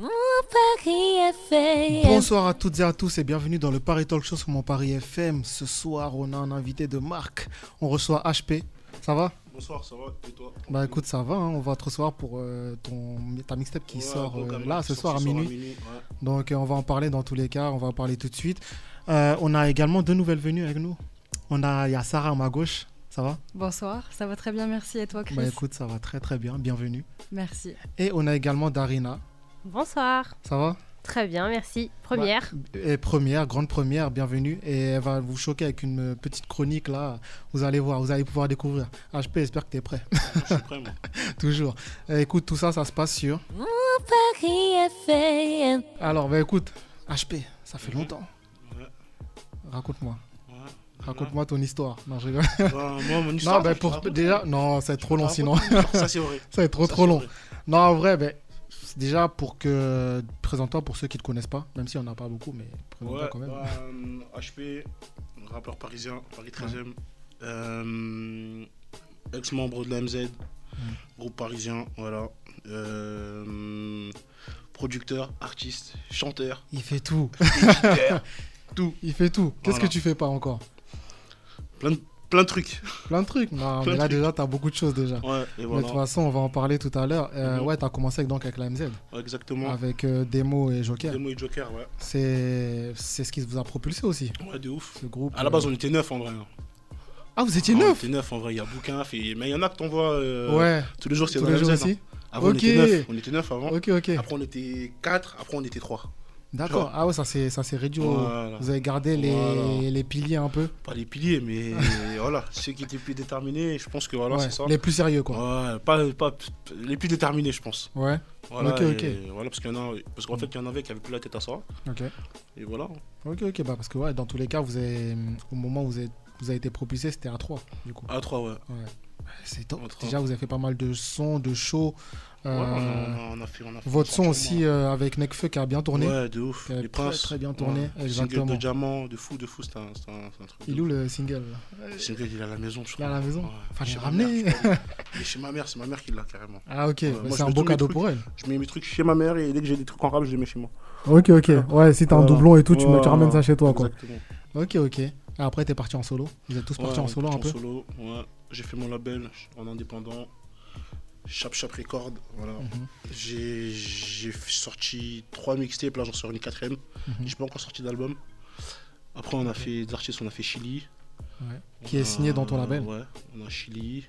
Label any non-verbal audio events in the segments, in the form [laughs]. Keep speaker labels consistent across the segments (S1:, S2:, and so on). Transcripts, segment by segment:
S1: Mon Paris FM.
S2: Bonsoir à toutes et à tous et bienvenue dans le Paris Talk Show sur mon Paris FM. Ce soir, on a un invité de marque. On reçoit HP. Ça va
S3: Bonsoir, ça va Et toi
S2: Bah écoute, ça va. hein. On va te recevoir pour euh, ton, ta mixtape qui
S3: Ouais,
S2: sort
S3: Broca
S2: euh,
S3: Mix
S2: là
S3: qui
S2: ce
S3: sort
S2: soir à minuit.
S3: ouais.
S2: [laughs] Donc euh, on va en parler dans tous les cas. On va en parler tout de suite. Euh, on a également deux nouvelles venues avec nous. On a, il y a Sarah à ma gauche. Ça va
S4: Bonsoir, ça va très bien, merci. Et toi, Chris
S2: Bah écoute, ça va très très bien. Bienvenue.
S4: Merci.
S2: Et on a également Darina.
S5: Bonsoir.
S2: Ça va
S5: Très bien, merci. Première.
S2: Et première, grande première, bienvenue. Et elle va vous choquer avec une euh, petite chronique là. Vous allez voir, vous allez pouvoir découvrir. HP, j'espère que tu es prêt. [laughs]
S3: Je suis prêt, moi.
S2: Toujours. Euh, écoute, tout ça, ça se passe sur.
S1: Paris FM.
S2: Alors, bah écoute, HP, ça fait longtemps.
S3: Ouais.
S2: Raconte-moi.
S3: Ouais.
S2: Raconte-moi ton histoire. Non, je rigole.
S3: Bah, moi, mon histoire.
S2: non, bah
S3: je
S2: pour.
S3: te raconte.
S2: Déjà, non, ça va être trop
S3: Je te
S2: long
S3: raconte
S2: sinon. [laughs]
S3: mon histoire, Ça, c'est vrai.
S2: ça va être trop
S3: Ça,
S2: trop
S3: c'est
S2: long.
S3: vrai.
S2: Non, en vrai, bah, déjà pour que. Présente-toi pour ceux qui ne te connaissent pas, même si on n'a pas beaucoup, mais présente-toi
S3: Ouais,
S2: quand même.
S3: bah, euh, HP, rappeur parisien, Paris 13e. euh, Ex-membre de la MZ, groupe parisien, voilà. Euh, producteur, artiste, chanteur,
S2: [laughs] Il fait tout.
S3: éditeur, tout.
S2: Il fait tout. Qu'est-ce
S3: Voilà.
S2: que tu fais pas encore
S3: Plein de, plein de trucs.
S2: Plein de trucs. Non, mais
S3: Plein de
S2: là
S3: trucs.
S2: déjà, t'as beaucoup de choses déjà.
S3: Ouais, et
S2: Mais de toute
S3: voilà.
S2: façon, on va en parler tout à l'heure. Euh,
S3: Mhm.
S2: Ouais, t'as commencé avec- donc avec la MZ,
S3: Exactement.
S2: avec euh, Demo et Joker.
S3: Demo et Joker, ouais.
S2: C'est c'est ce qui vous a propulsé aussi,
S3: Ouais, de ouf.
S2: ce groupe.
S3: À la base,
S2: euh.
S3: on était neuf en vrai. hein.
S2: Ah, vous étiez
S3: Ah, on
S2: neuf
S3: était neuf en vrai, il y a bouquin, fait- mais il y en a que t'envoies euh,
S2: Ouais,
S3: tous les jours, c'est
S2: tous
S3: dans
S2: les
S3: la hein.
S2: jours
S3: MZ, hein.
S2: aussi
S3: Avant,
S2: Ok.
S3: on était neuf, on était neuf avant.
S2: Ok, ok.
S3: Après, on était quatre, après, on était trois.
S2: D'accord.
S3: Genre.
S2: Ah ouais, ça s'est ça s'est réduit. au-
S3: Voilà.
S2: Vous avez gardé les,
S3: Voilà.
S2: les piliers un peu.
S3: Pas les
S2: [laughs]
S3: piliers, mais voilà, ceux qui étaient plus déterminés, je pense que voilà,
S2: Ouais,
S3: c'est ça.
S2: Les plus sérieux, quoi.
S3: Ouais, pas, pas, les plus déterminés, je pense.
S2: Ouais,
S3: Voilà,
S2: Ok,
S3: et
S2: ok.
S3: voilà parce qu'il y en a, parce qu'en fait, il y en avait qui avaient plus la tête à ça.
S2: ok.
S3: Et voilà.
S2: Ok, ok. Bah, parce que ouais, dans tous les cas, vous avez, au moment où vous avez, vous avez été propulsé, c'était à 3, du coup.
S3: À trois, ouais.
S2: C'est top.
S3: à trois.
S2: Déjà, vous avez fait pas mal de sons, de shows.
S3: Ouais,
S2: euh,
S3: on a- on a- on a fait- on a fait
S2: Votre
S3: ça
S2: son
S3: sûrement.
S2: aussi euh, avec Necfeu qui a bien tourné.
S3: Ouais, de ouf.
S2: Qui a
S3: Les
S2: très,
S3: princes.
S2: très bien tourné,
S3: Ouais.
S2: exactement.
S3: Single de diamant, de fou, de fou, c'est un, c'est un, c'est un truc.
S2: Il
S3: de
S2: est où
S3: ouf.
S2: le single là
S3: Single, il est à la maison, je
S2: Il est
S3: crois.
S2: à la maison.
S3: Ouais.
S2: Enfin, je l'ai
S3: Chez ma
S2: ramené. [laughs]
S3: mère, je crois. Il est chez ma mère, c'est ma mère qui l'a carrément.
S2: Ah ok, bah,
S3: moi,
S2: c'est
S3: je
S2: un
S3: mets
S2: beau
S3: tous mes
S2: cadeau
S3: trucs.
S2: pour elle.
S3: Je mets mes trucs chez ma mère et dès que j'ai des trucs en rap, je les mets chez moi.
S2: Ok ok, ouais si t'as un
S3: Voilà.
S2: doublon et tout, tu, me- tu
S3: Voilà.
S2: ramènes ça chez toi quoi.
S3: Exactement.
S2: Ok ok. Et après t'es parti en solo. Vous êtes tous partis
S3: Ouais, on
S2: en
S3: est
S2: solo un
S3: parti
S2: peu.
S3: en solo, ouais. J'ai fait mon label en indépendant. Chap Chap Record, voilà.
S2: Mhm.
S3: J'ai- J'ai f- sorti trois mixtapes, là j'en sors une quatrième.
S2: Mhm.
S3: J'ai pas encore sorti d'album. Après, on a fait des artistes, on a fait Chili.
S2: Ouais.
S3: On
S2: Qui est
S3: a-
S2: signé dans ton label.
S3: Euh, Ouais, on a Chili,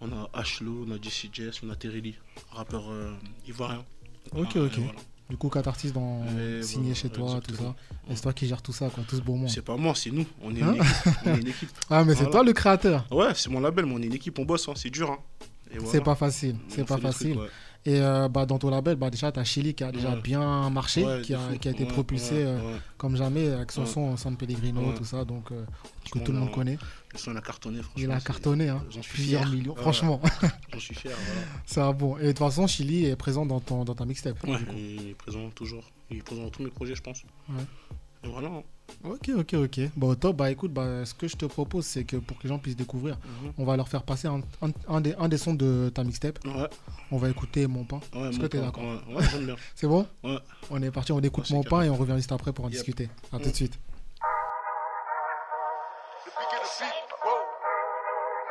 S3: on a Ashlo, on a Jesse Jess, on a Terrelli, rappeur euh, ivoirien.
S2: Ok,
S3: Ah, et
S2: ok.
S3: voilà.
S2: Du coup quatre artistes dans
S3: Et
S2: signé
S3: voilà,
S2: chez toi
S3: exactement.
S2: tout ça. Et c'est toi qui gères tout ça quoi, tout ce beau monde.
S3: C'est pas moi, c'est nous. On est,
S2: Hein
S3: une équipe.
S2: [laughs]
S3: on est une équipe.
S2: Ah mais c'est
S3: Voilà.
S2: toi le créateur.
S3: Ouais, c'est mon label, mais on est une équipe, on bosse, hein, c'est dur. Hein. Et voilà.
S2: C'est pas facile,
S3: On
S2: c'est
S3: fait
S2: pas
S3: des trucs,
S2: facile.
S3: ouais.
S2: Et euh, bah, dans ton label, bah, déjà t'as Chili qui a déjà
S3: Ouais.
S2: bien marché,
S3: Ouais,
S2: qui,
S3: de
S2: a,
S3: fou.
S2: qui a été
S3: Ouais,
S2: propulsé
S3: ouais,
S2: euh,
S3: ouais.
S2: comme jamais avec son
S3: Ouais.
S2: son San Pellegrino,
S3: Ouais.
S2: tout ça, donc euh, que
S3: Franchement,
S2: tout le
S3: on a-
S2: monde connaît.
S3: Le son, il a cartonné, franchement.
S2: Il a
S3: c'est-
S2: cartonné, hein.
S3: j'en suis
S2: plusieurs
S3: fier.
S2: millions.
S3: Ouais.
S2: Franchement,
S3: J'en suis fier, voilà.
S2: [laughs] c'est un bon. Et de toute façon, Chili est présent dans, ton, dans ta mixtape.
S3: Ouais, il est présent toujours. Il est présent dans tous mes projets, je pense.
S2: Ouais.
S3: Et voilà. hein.
S2: Ok, ok, ok. Bon, top. Bah écoute, bah, ce que je te propose, c'est que pour que les gens puissent découvrir,
S3: Mhm.
S2: on va leur faire passer un, un- un des, un des sons de ta mixtape.
S3: Ouais, ouais.
S2: On va écouter Mon Pain. Est-ce que
S3: mon
S2: t'es
S3: pote,
S2: d'accord
S3: Ouais, ouais, j'aime bien.
S2: C'est bon
S3: Ouais.
S2: On est parti, on écoute
S3: Ouais,
S2: Mon
S3: c'est
S2: Pain et on revient juste après pour en
S3: Yep. Mm.
S2: discuter. À tout de suite.
S6: The beat of the beat. Whoa.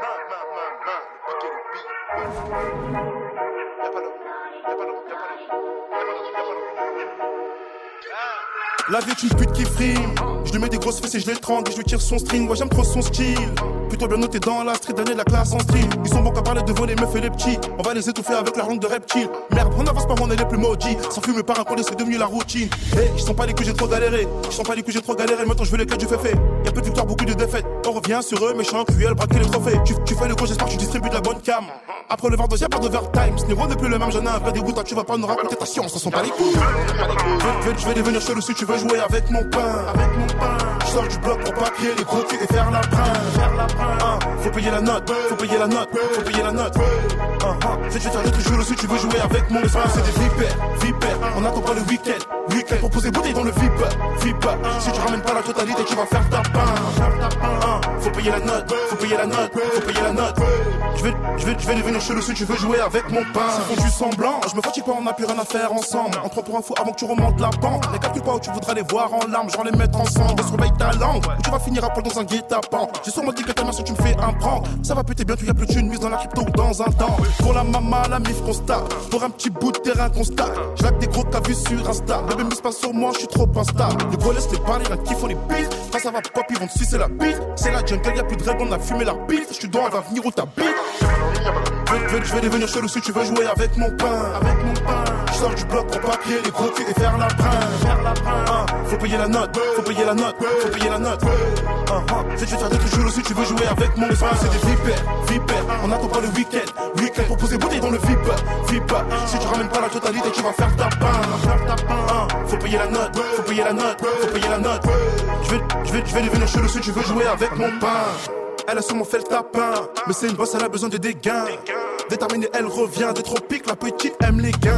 S6: Man, man, man, man. The beat of the beat. Yapalo, yapalo, yapalo, yapalo, yapalo. Ah.
S7: La vie est une pute qui frime. Je lui mets des grosses fesses et je l'étrangle et je lui tire son string. Ouais, j'aime trop son style.
S5: Plutôt bien noté dans la street, donner de la classe en style. Ils sont bons qu'à parler devant les meufs et les petits. On va les étouffer avec leur langue de reptile. Merde, on avance pas, on est les plus maudits. Sans fumer par un collet, c'est devenu la routine. Hey, ils sont pas les que j'ai trop galéré. Ils sont pas les que j'ai trop galéré. Maintenant, je veux les cas du féfé. Y'a peu de victoire, beaucoup de défaites. On revient sur eux, méchant, cruel, braquer les trophées. Tu, tu fais le con, j'espère que tu distribues de la bonne cam. Après le ventre, y'a pas d'overtime. Ce niveau n'est plus le même, j'en ai un vrai dégoût. Toi, tu vas pas nous raconter ta science, on s'en bat les couilles. Je vais- Je vais devenir chelou si tu veux jouer avec mon pain. Avec mon pain. Je sors du bloc pour pas crier les gros culs et faire la brinque. Un, Faut payer la note, faut payer la note, faut payer la note. Un, un. Je vais te faire d'autres jeux si tu veux jouer avec mon espace. C'est des vipères, vipères. On attend pas le week-end, week-end pour poser bouteille dans le VIP, VIP. Si tu ramènes pas la totalité, tu vas faire ta pain. Faut payer la note, faut payer la note, faut payer la note. Je vais, je vais, je vais devenir chelou si tu veux jouer avec mon pain. Ils font du semblant, je me fatigue pas, on n'a plus rien à faire ensemble. Entre pour info avant que tu remontes la pente. Les calcule pas où tu voudras les voir en larmes, genre les mettre ensemble. Surveille ta langue, ou tu vas finir à poil dans un guet-apens. J'ai sûrement dit que ta mère si tu me fais un prank. Ça va péter bien, tu y a plus d'une mise dans la crypto ou dans un temps. Pour la maman, la mif constat. Pour un petit bout de terrain constat. Je laque des gros t'as vu sur Insta. Bébé mise pas sur moi, je suis trop instable. Les gros laisse les parler, la kiff, on les bise. Quand ça va pop, ils vont te sucer la bite. C'est la jungle, y'a plus de règles, on a fumé la bite. Je suis dedans, elle va venir où ta bite. Je vais, je vais devenir chelou si tu veux jouer avec mon pain. Avec mon pain. Je sors du bloc pour pas crier les gros culs et faire la brinque. Faire la Hein, Faut payer la note, faut payer la note, faut payer la note. Un, un. Je vais te faire d'autres chelous si tu veux jouer avec mon pain. C'est des vipères, vipères. On attend pas le week-end, week-end pour poser bouteille dans le VIP, VIP. Si tu ramènes pas la totalité, tu vas faire ta pain. Hein, Faut payer la note, faut payer la note, faut payer la note. Je vais, je vais, je vais devenir chelou si tu veux jouer avec mon pain. Elle a sûrement fait le tapin, mais c'est une bosse, elle a besoin de dégâts. Déterminée, elle revient des tropiques, la petite aime les gains.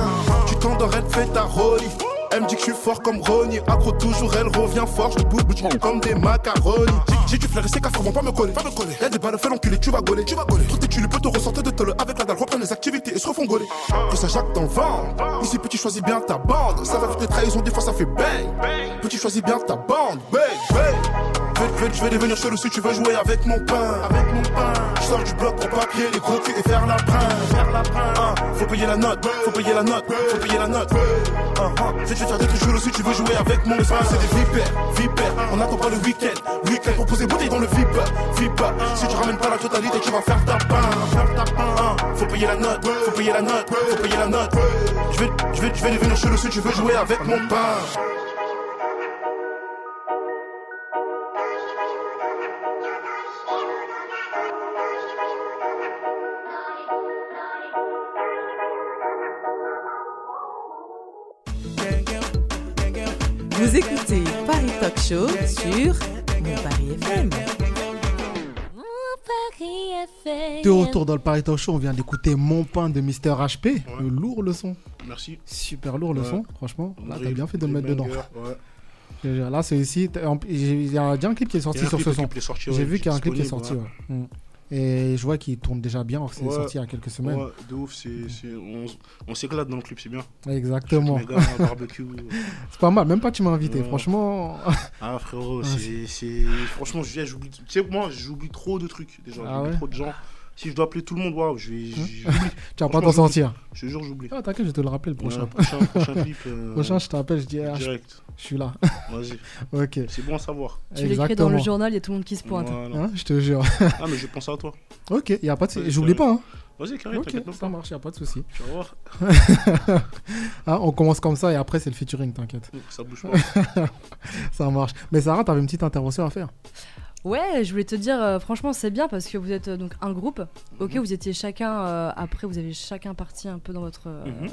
S5: Tu t'endors, elle fait ta rollie. Elle me dit que je suis fort comme Ronnie, accro toujours, elle revient fort, je te bouge, bouge comme des macaronis. J'ai- J'ai du flair et c'est qu'à faire, vont pas me coller, pas me coller. Y'a des balles, fais l'enculé, tu vas gauler, tu vas gauler. Tout est tu peux te ressortir de tôle avec la dalle, reprendre les activités et se refont gauler. Que ça jacque dans le ventre, ici petit choisis bien ta bande, ça va vite les trahisons, des fois ça fait bang. Petit choisis bien ta bande, bang, bang. Je vais, je vais devenir chelou si tu veux jouer avec mon pain. Avec mon pain. Je sors du bloc pour pas crier les gros culs et faire la brinque. Faire la Ah, Faut payer la note, faut payer la note, faut payer la note. Un, un. Je vais te faire d'autres chelou si tu veux jouer avec mon pain. C'est des vipères, vipères. On attend pas le week-end, week-end pour poser bouteille dans le VIP, VIP. Si tu ramènes pas la totalité, tu vas faire ta pain. Faire ta pain. Un. Faut payer la note, faut payer la note, faut payer la note. Je vais, je vais, je vais devenir chelou si tu veux jouer avec mon pain.
S8: Vous écoutez Paris Talk Show sur Mon Paris FM.
S1: Paris FM.
S2: De retour dans le Paris Talk Show, on vient d'écouter Mon Pain de Mister HP. Le lourd le son.
S3: Merci.
S2: Super lourd le
S3: Ouais.
S2: son, franchement. Là, t'as
S3: Drill,
S2: bien fait de le mettre
S3: drill
S2: dedans.
S3: banger, ouais.
S2: Là, c'est ici. t'as- en- Il y a déjà un clip qui est sorti
S3: Il y a un
S2: sur
S3: clip
S2: ce
S3: qui
S2: son.
S3: est sorti, ouais,
S2: J'ai vu
S3: qui
S2: qu'il y a un clip qui est sorti.
S3: disponible,
S2: ouais. Mm. Et je vois qu'il tourne déjà bien, alors que c'est
S3: Ouais.
S2: sorti il y a quelques semaines.
S3: Ouais, de ouf, c'est,
S2: Mm.
S3: c'est- on, s- on s'éclate dans le clip, c'est bien.
S2: Exactement.
S3: Mes gars, un
S2: [laughs]
S3: barbecue.
S2: C'est pas mal, même pas tu m'as invité,
S3: Ouais.
S2: franchement. [laughs]
S3: Ah frérot,
S2: Ouais,
S3: c'est, c'est- Franchement, je viens, j'oublie. Tu sais, moi, j'oublie trop de trucs déjà.
S2: Ah
S3: j'oublie
S2: ouais Hein?
S3: trop de gens. Si je dois appeler tout le monde, waouh, je vais. j'oublie.
S2: tu vas pas
S3: Franchement,
S2: t'en
S3: je-
S2: sortir.
S3: Je te
S2: [laughs]
S3: jure, j'oublie.
S2: Ah, t'inquiète, je te le rappelle le prochain.
S3: Ouais, prochain,
S2: [laughs]
S3: prochain clip. euh,
S2: Prochain, je t'appelle, je dis, ah, je
S3: direct.
S2: je suis là. [laughs]
S3: Vas-y.
S2: ok.
S3: C'est bon à savoir.
S4: Tu l'écris dans le journal, il y a tout le monde qui se pointe.
S3: Voilà.
S2: Hein, je te jure. [laughs]
S3: Ah, mais je pense à toi.
S2: ok, y a pas de
S3: Ouais,
S2: souci. J'oublie pas, hein.
S3: Vas-y, carré,
S2: Ok,
S3: t'inquiète
S2: ça
S3: pas.
S2: marche, y a pas de souci. [laughs]
S3: Tu vas voir,
S2: Hein, on commence comme ça et après, c'est le featuring, t'inquiète. [laughs]
S3: ça bouge pas.
S2: Ça marche. Mais Sarah, t'avais une petite intervention à faire.
S4: Ouais, je voulais te dire, euh, franchement, c'est bien parce que vous êtes euh, donc un groupe. Ok,
S2: Mhm.
S4: vous étiez chacun, euh, après, vous avez chacun parti un peu dans votre, euh,
S3: Mhm.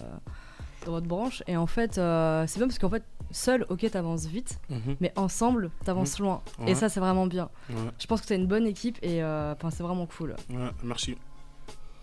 S4: dans votre branche. Et en fait, euh, c'est bien parce qu'en fait, seul, ok, t'avances vite,
S3: Mhm.
S4: mais ensemble,
S2: Mhm.
S4: t'avances loin.
S3: Ouais.
S4: Et ça, c'est vraiment bien.
S3: Ouais.
S4: Je pense que t'as une bonne équipe et euh, 'fin, c'est vraiment cool.
S3: Ouais, merci.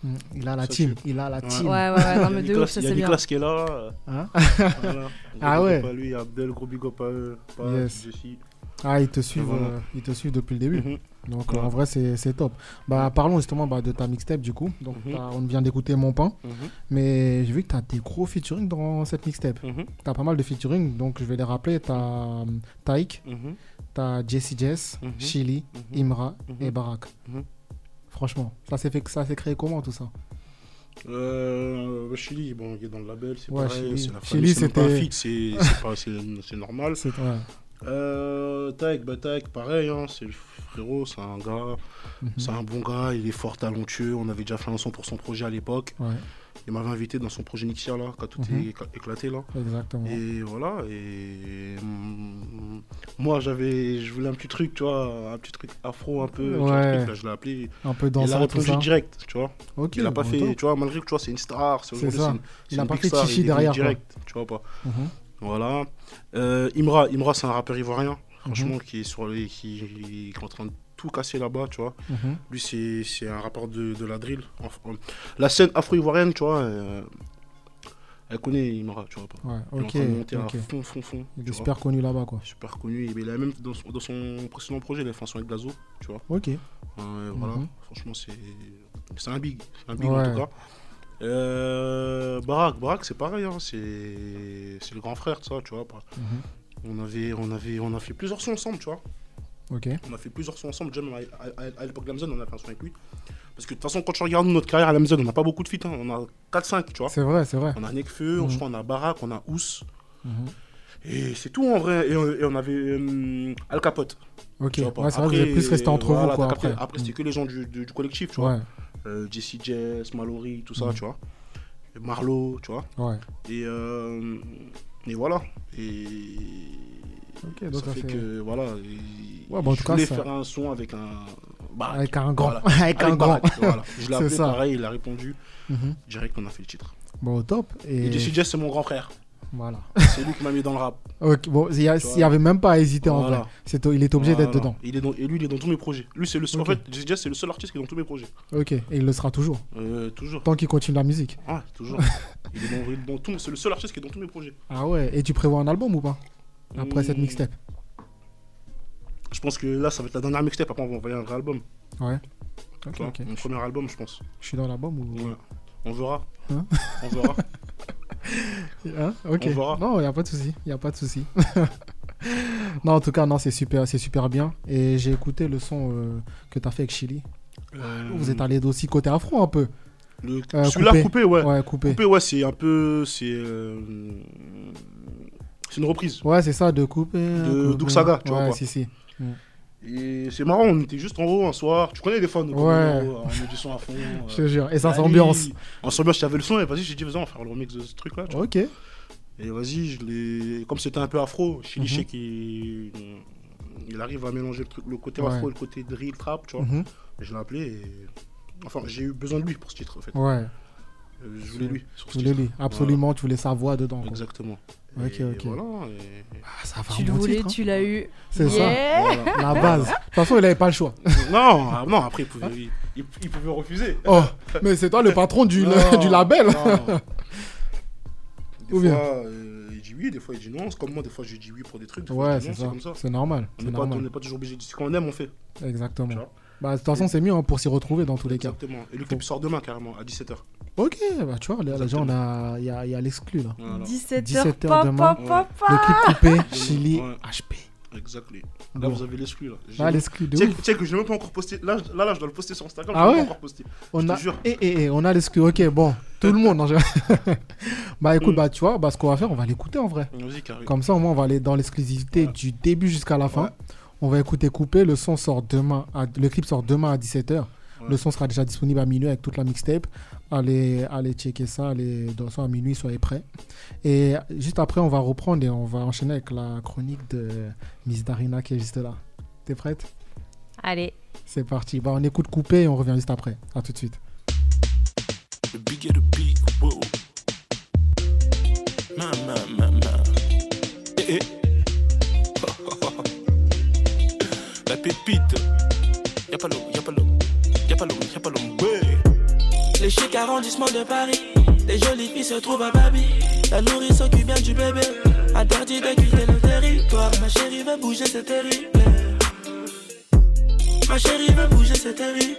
S2: Mm, Il a la
S3: Ça,
S2: team,
S3: c'est-
S2: il a la
S3: Ouais.
S2: team.
S4: Ouais, ouais, ouais, non,
S3: Il y a
S4: mais de
S3: Nicolas-
S4: ouf, ça,
S3: Il y a
S4: c'est bien.
S3: Nicolas qui est là. euh,
S2: Hein [laughs]
S3: Voilà.
S2: Ah
S3: Gros big
S2: ouais.
S3: up à lui, Abdel, gros big up à eux. Pas
S2: Yes.
S3: Jessie.
S2: Ah, ils te suivent,
S3: Voilà.
S2: euh, ils te suivent depuis le début.
S3: Mhm.
S2: Donc
S3: Ouais.
S2: en vrai, c'est c'est top. Bah, parlons justement bah, de ta mixtape du coup. Donc
S3: Mhm.
S2: t'as- on vient d'écouter Mon Pain,
S3: Mhm.
S2: mais j'ai vu que t'as des gros featuring dans cette mixtape.
S3: Mhm.
S2: T'as pas mal de featuring, donc je vais les rappeler. T'as hum, Taïk,
S3: Mhm.
S2: t'as Jesse Jess,
S3: Mhm.
S2: Chili,
S3: Mhm.
S2: Imra
S3: Mhm.
S2: et Barak.
S3: Mhm.
S2: Franchement, ça s'est fait, ça s'est créé comment tout ça
S3: Euh, bah, Chili, bon, il est dans le label, c'est
S2: Ouais,
S3: pareil,
S2: Chili.
S3: c'est la
S2: Chili,
S3: famille, c'est même pas un
S2: c'était-
S3: feat, c'est c'est pas- c'est- c'est normal.
S2: C'est ouais.
S3: Euh, Taek, bah Taek, pareil, hein, c'est le frérot, c'est un gars,
S9: Mhm.
S3: c'est un bon gars, il est fort talentueux. On avait déjà fait un son pour son projet à l'époque.
S9: Ouais.
S3: Il m'avait invité dans son projet Nixia là, quand tout
S9: Mhm.
S3: est écla- éclaté là.
S9: Exactement.
S3: Et voilà, et mm, moi j'avais, je voulais un petit truc, tu vois, un petit truc afro un peu, tu vois,
S2: Ouais.
S3: le truc, là, je l'ai appelé.
S2: Un peu
S3: Il
S2: dansant,
S3: a
S2: tout
S3: répondu
S2: ça.
S3: direct, tu vois.
S2: Ok,
S3: il a pas
S2: bon,
S3: fait,
S2: top.
S3: tu vois, malgré que tu vois, c'est une star, c'est
S2: C'est
S3: aujourd'hui,
S2: ça.
S3: c'est une-
S2: Il
S3: c'est
S2: a
S3: une
S2: pas
S3: big
S2: fait
S3: star,
S2: chichi
S3: il est venu
S2: derrière, quoi.
S3: direct, tu vois pas.
S2: Mhm.
S3: Voilà. Euh, Imra, Imra c'est un rappeur ivoirien, franchement,
S9: Mhm.
S3: qui est sur les, qui, qui est en train de tout casser là-bas, tu vois.
S9: Mhm.
S3: Lui, c'est, c'est un rappeur de, de la drill. En- en- La scène afro-ivoirienne, tu vois, euh, elle connaît Imra, tu vois pas.
S2: Ouais,
S3: Il est en
S2: ok,
S3: train de monter à
S2: ok.
S3: fond, fond, fond.
S2: Il
S3: tu
S2: est
S3: vois.
S2: super connu là-bas, quoi.
S3: Super connu. Mais il a même dans son, dans son précédent projet, il a fait un son avec Gazo, tu vois.
S2: Ok.
S3: Euh, voilà.
S2: Mhm.
S3: Franchement, c'est, c'est un big. C'est un big en
S2: Ouais.
S3: tout cas. Euh, Barak, Barak, c'est pareil, hein, c'est, c'est le grand frère, de ça, tu vois. pas.
S2: Mhm.
S3: On avait, on avait, on a fait plusieurs sons ensemble, tu vois.
S2: Ok.
S3: On a fait plusieurs sons ensemble. Déjà, même à, à- à l'époque d'Amazon, on a fait un son avec lui. Parce que de toute façon, quand tu regardes notre carrière à l'Amazon, on n'a pas beaucoup de feats. hein. On a 4-5, tu vois.
S2: C'est vrai, c'est vrai.
S3: On a Nekfeu,
S2: Mhm.
S3: je crois, on a Barak, on a Ous.
S2: Mhm.
S3: Et c'est tout en vrai. Et on, et on avait euh, Al Capote.
S2: Ok.
S3: Tu vois pas.
S2: Ouais, c'est vrai que vous êtes plus restés entre vous, quoi,
S3: t'as capté.
S2: après. Mm. Mhm.
S3: c'était que les gens du, du- du collectif, tu vois.
S2: Ouais.
S3: Euh, Jesse Jess, Mallory, tout ça,
S2: Mhm.
S3: tu vois. Et Marlo, tu vois.
S2: Ouais.
S3: Et, euh, et voilà. Et
S2: Ok, donc
S3: ça
S2: ça
S3: fait
S2: fait-
S3: que voilà. et-
S2: Ouais, bah, en
S3: je
S2: tout cas,
S3: voulais
S2: ça-
S3: faire un son avec un. Barak.
S2: Avec un grand.
S3: Voilà.
S2: [laughs] Avec un grand.
S3: Barak, voilà. Je l'ai
S2: C'est
S3: appelé
S2: ça.
S3: pareil, il a répondu.
S2: [laughs] Mhm.
S3: Direct, on a fait le titre.
S2: Bon, top. Et.
S3: Et Jesse Jess, c'est mon
S2: [laughs]
S3: grand frère.
S2: Voilà.
S3: C'est lui qui m'a mis dans le rap.
S2: Ok, bon, il y, a-
S3: Tu vois.
S2: il y avait même pas à hésiter en
S3: Voilà.
S2: vrai. C'est- il est obligé d'être
S3: Voilà.
S2: dedans.
S3: Il est dans- et lui, il est dans tous mes projets. Lui, c'est le seul.
S2: Ok.
S3: En fait, Jesse Jess, c'est le seul artiste qui est dans tous mes projets.
S2: Ok, et il le sera toujours.
S3: Euh, toujours.
S2: Tant qu'il continue la musique.
S3: Ouais,
S2: [laughs]
S3: toujours. il est dans, il est dans tout. C'est le seul artiste qui est dans tous mes projets.
S2: Ah ouais, et tu prévois un album ou pas Après cette
S3: Hmm.
S2: mixtape
S3: Je pense que là, ça va être la dernière mixtape. Après, on va envoyer un vrai album.
S2: Ouais.
S3: Tu
S2: Ok,
S3: vois,
S2: ok.
S3: Mon premier album, je pense.
S2: Je suis dans l'album ou.
S3: Ouais. On verra.
S2: Hein [laughs]
S3: on verra.
S2: Hein ok.
S3: On verra.
S2: Non, il n'y a pas de souci. Il a pas de souci. [laughs] non, en tout cas, non, c'est super, c'est super bien. Et j'ai écouté le son euh, que tu as fait avec Chili.
S3: Euh,
S2: Vous êtes allé aussi côté afro un peu.
S3: Le-
S2: Euh,
S3: Celui-là coupé. ouais.
S2: Ouais, coupé.
S3: Coupé, ouais, c'est un peu. C'est. euh, C'est une reprise.
S2: Ouais, c'est ça, de couper. euh,
S3: De
S2: couper.
S3: Duxaga, tu vois
S2: Ouais,
S3: quoi.
S2: si, si. Mm.
S3: Et c'est marrant, on était juste en haut un soir. Tu connais les fans, nous,
S2: Ouais.
S3: quand on est en haut, on met du son à fond.
S2: [laughs] Je te
S3: euh,
S2: jure, et ça
S3: la
S2: s'ambiance.
S3: nuit. En s'ambiance, j'avais le son et vas-y, j'ai dit, vas-y, on va faire le remix de ce truc-là. tu vois.
S2: Ok.
S3: Et vas-y, je l'ai- comme c'était un peu afro, Chili
S2: Mhm.
S3: Sheik, il... mm, il arrive à mélanger le, truc, le côté
S2: Ouais.
S3: afro et le côté drill trap, tu vois.
S2: Mhm.
S3: Et je l'ai appelé et. Enfin, j'ai eu besoin de lui pour ce titre, en fait.
S2: Ouais.
S3: Euh, je voulais lui. sur
S2: Tu
S3: ce
S2: voulais
S3: titre.
S2: lui, absolument, tu voulais sa voix dedans. quoi.
S3: Exactement.
S2: Ok,
S3: Et
S2: ok.
S3: voilà, et-
S2: Ça va,
S4: Tu
S2: un
S4: le
S2: bon
S4: voulais,
S2: titre, hein.
S4: tu l'as eu.
S2: C'est
S4: Yeah.
S2: ça. Eh La base. De toute façon, il avait pas le choix.
S3: [laughs] Non, ah, non, après, il pouvait, il, il- il pouvait refuser.
S2: Oh, mais c'est toi le patron du,
S3: Non,
S2: [laughs] du label.
S3: non. Des
S2: Ou bien.
S3: fois, euh, il dit oui, des fois, il dit non. C'est comme moi, des fois, je dis oui pour des trucs. Des fois,
S2: Ouais,
S3: je dis
S2: c'est ça.
S3: non, comme ça.
S2: C'est normal.
S3: On
S2: C'est
S3: n'est pas, on
S2: normal.
S3: n'est pas toujours obligé de dire quand on aime, on fait. Tu
S2: Exactement.
S3: vois
S2: Bah, de toute façon, c'est mieux hein, pour s'y retrouver dans tous les cas.
S3: Exactement. Et le clip sort demain, carrément, à 17h.
S2: Ok, bah tu vois, là, déjà, on a, il y a, il y a l'exclu là.
S3: Voilà.
S4: 17
S2: 17
S4: heures,
S2: heures demain.
S4: pa, pa, pa,
S2: Le clip coupé, Chili, HP.
S3: Exactly. Là,
S2: Bon.
S3: vous avez l'exclu. Là, J'ai-
S2: Ah, l'exclu de
S3: Tu sais-
S2: ouf.
S3: tu sais que je l'ai même pas encore posté. Là, je- là, là, je dois le poster sur Instagram.
S2: Ah
S3: je l'ai
S2: ouais
S3: pas encore posté. je
S2: On
S3: te
S2: a,
S3: jure.
S2: eh, eh, eh, on a l'exclu. Ok, bon, tout le monde. en général. [laughs] bah
S3: Mm.
S2: écoute, bah tu vois, bah, ce qu'on va faire, on va l'écouter en vrai.
S3: Vas-y, carré.
S2: Comme ça, au moins, on va aller dans l'exclusivité du début jusqu'à la fin. On va écouter coupé. Le son sort demain. à- le clip sort demain à 17h. Le son sera déjà disponible à minuit avec toute la mixtape. Allez, allez checker ça. Allez, dans soit à minuit, soyez prêts. Et juste après, on va reprendre et on va enchaîner avec la chronique de Miss Darina qui est juste là. T'es prête
S5: Allez.
S2: C'est parti. Bah, on écoute coupé et on revient juste après. À tout de suite.
S10: The bigger the beat, whoa. Ma, ma, ma, ma. Eh, eh. La pépite. Y'a pas l'eau, y'a pas l'eau. Y'a pas l'eau, y'a pas l'eau. Ouais.
S11: Le chic arrondissement de Paris, les jolies filles se trouvent à Babi. La nourrice s'occupe bien du bébé, interdit de quitter le territoire. Ma chérie veut bouger, c'est terrible. Ma chérie veut bouger, c'est terrible.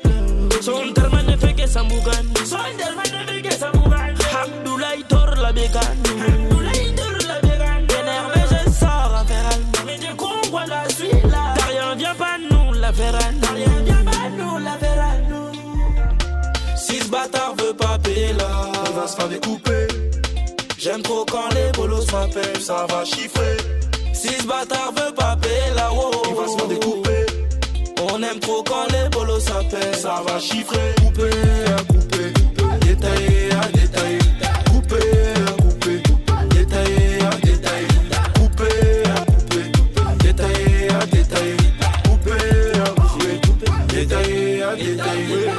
S11: Son terme ne fait que sa mougagne. Son terme ne fait que sa mougagne. Abdoulaye Tor la bégane. Abdoulaye Tor la bégane. Énervé, je sors en Ferrari. Mais du Congo, la suis là. T'as rien, viens pas nous la Ferrari. T'as rien, viens pas nous la Ferrari. Si ce bâtard veut pas payer là, on va se faire découper. J'aime trop quand les bolos m'appellent, ça va chiffrer. Si ce bâtard veut oh, pas
S9: fait, ça va chiffrer. Couper à couper, détailler à détailler. Couper à couper, détailler à détailler. Couper à couper, détailler à détailler. Couper à couper, détailler à détailler.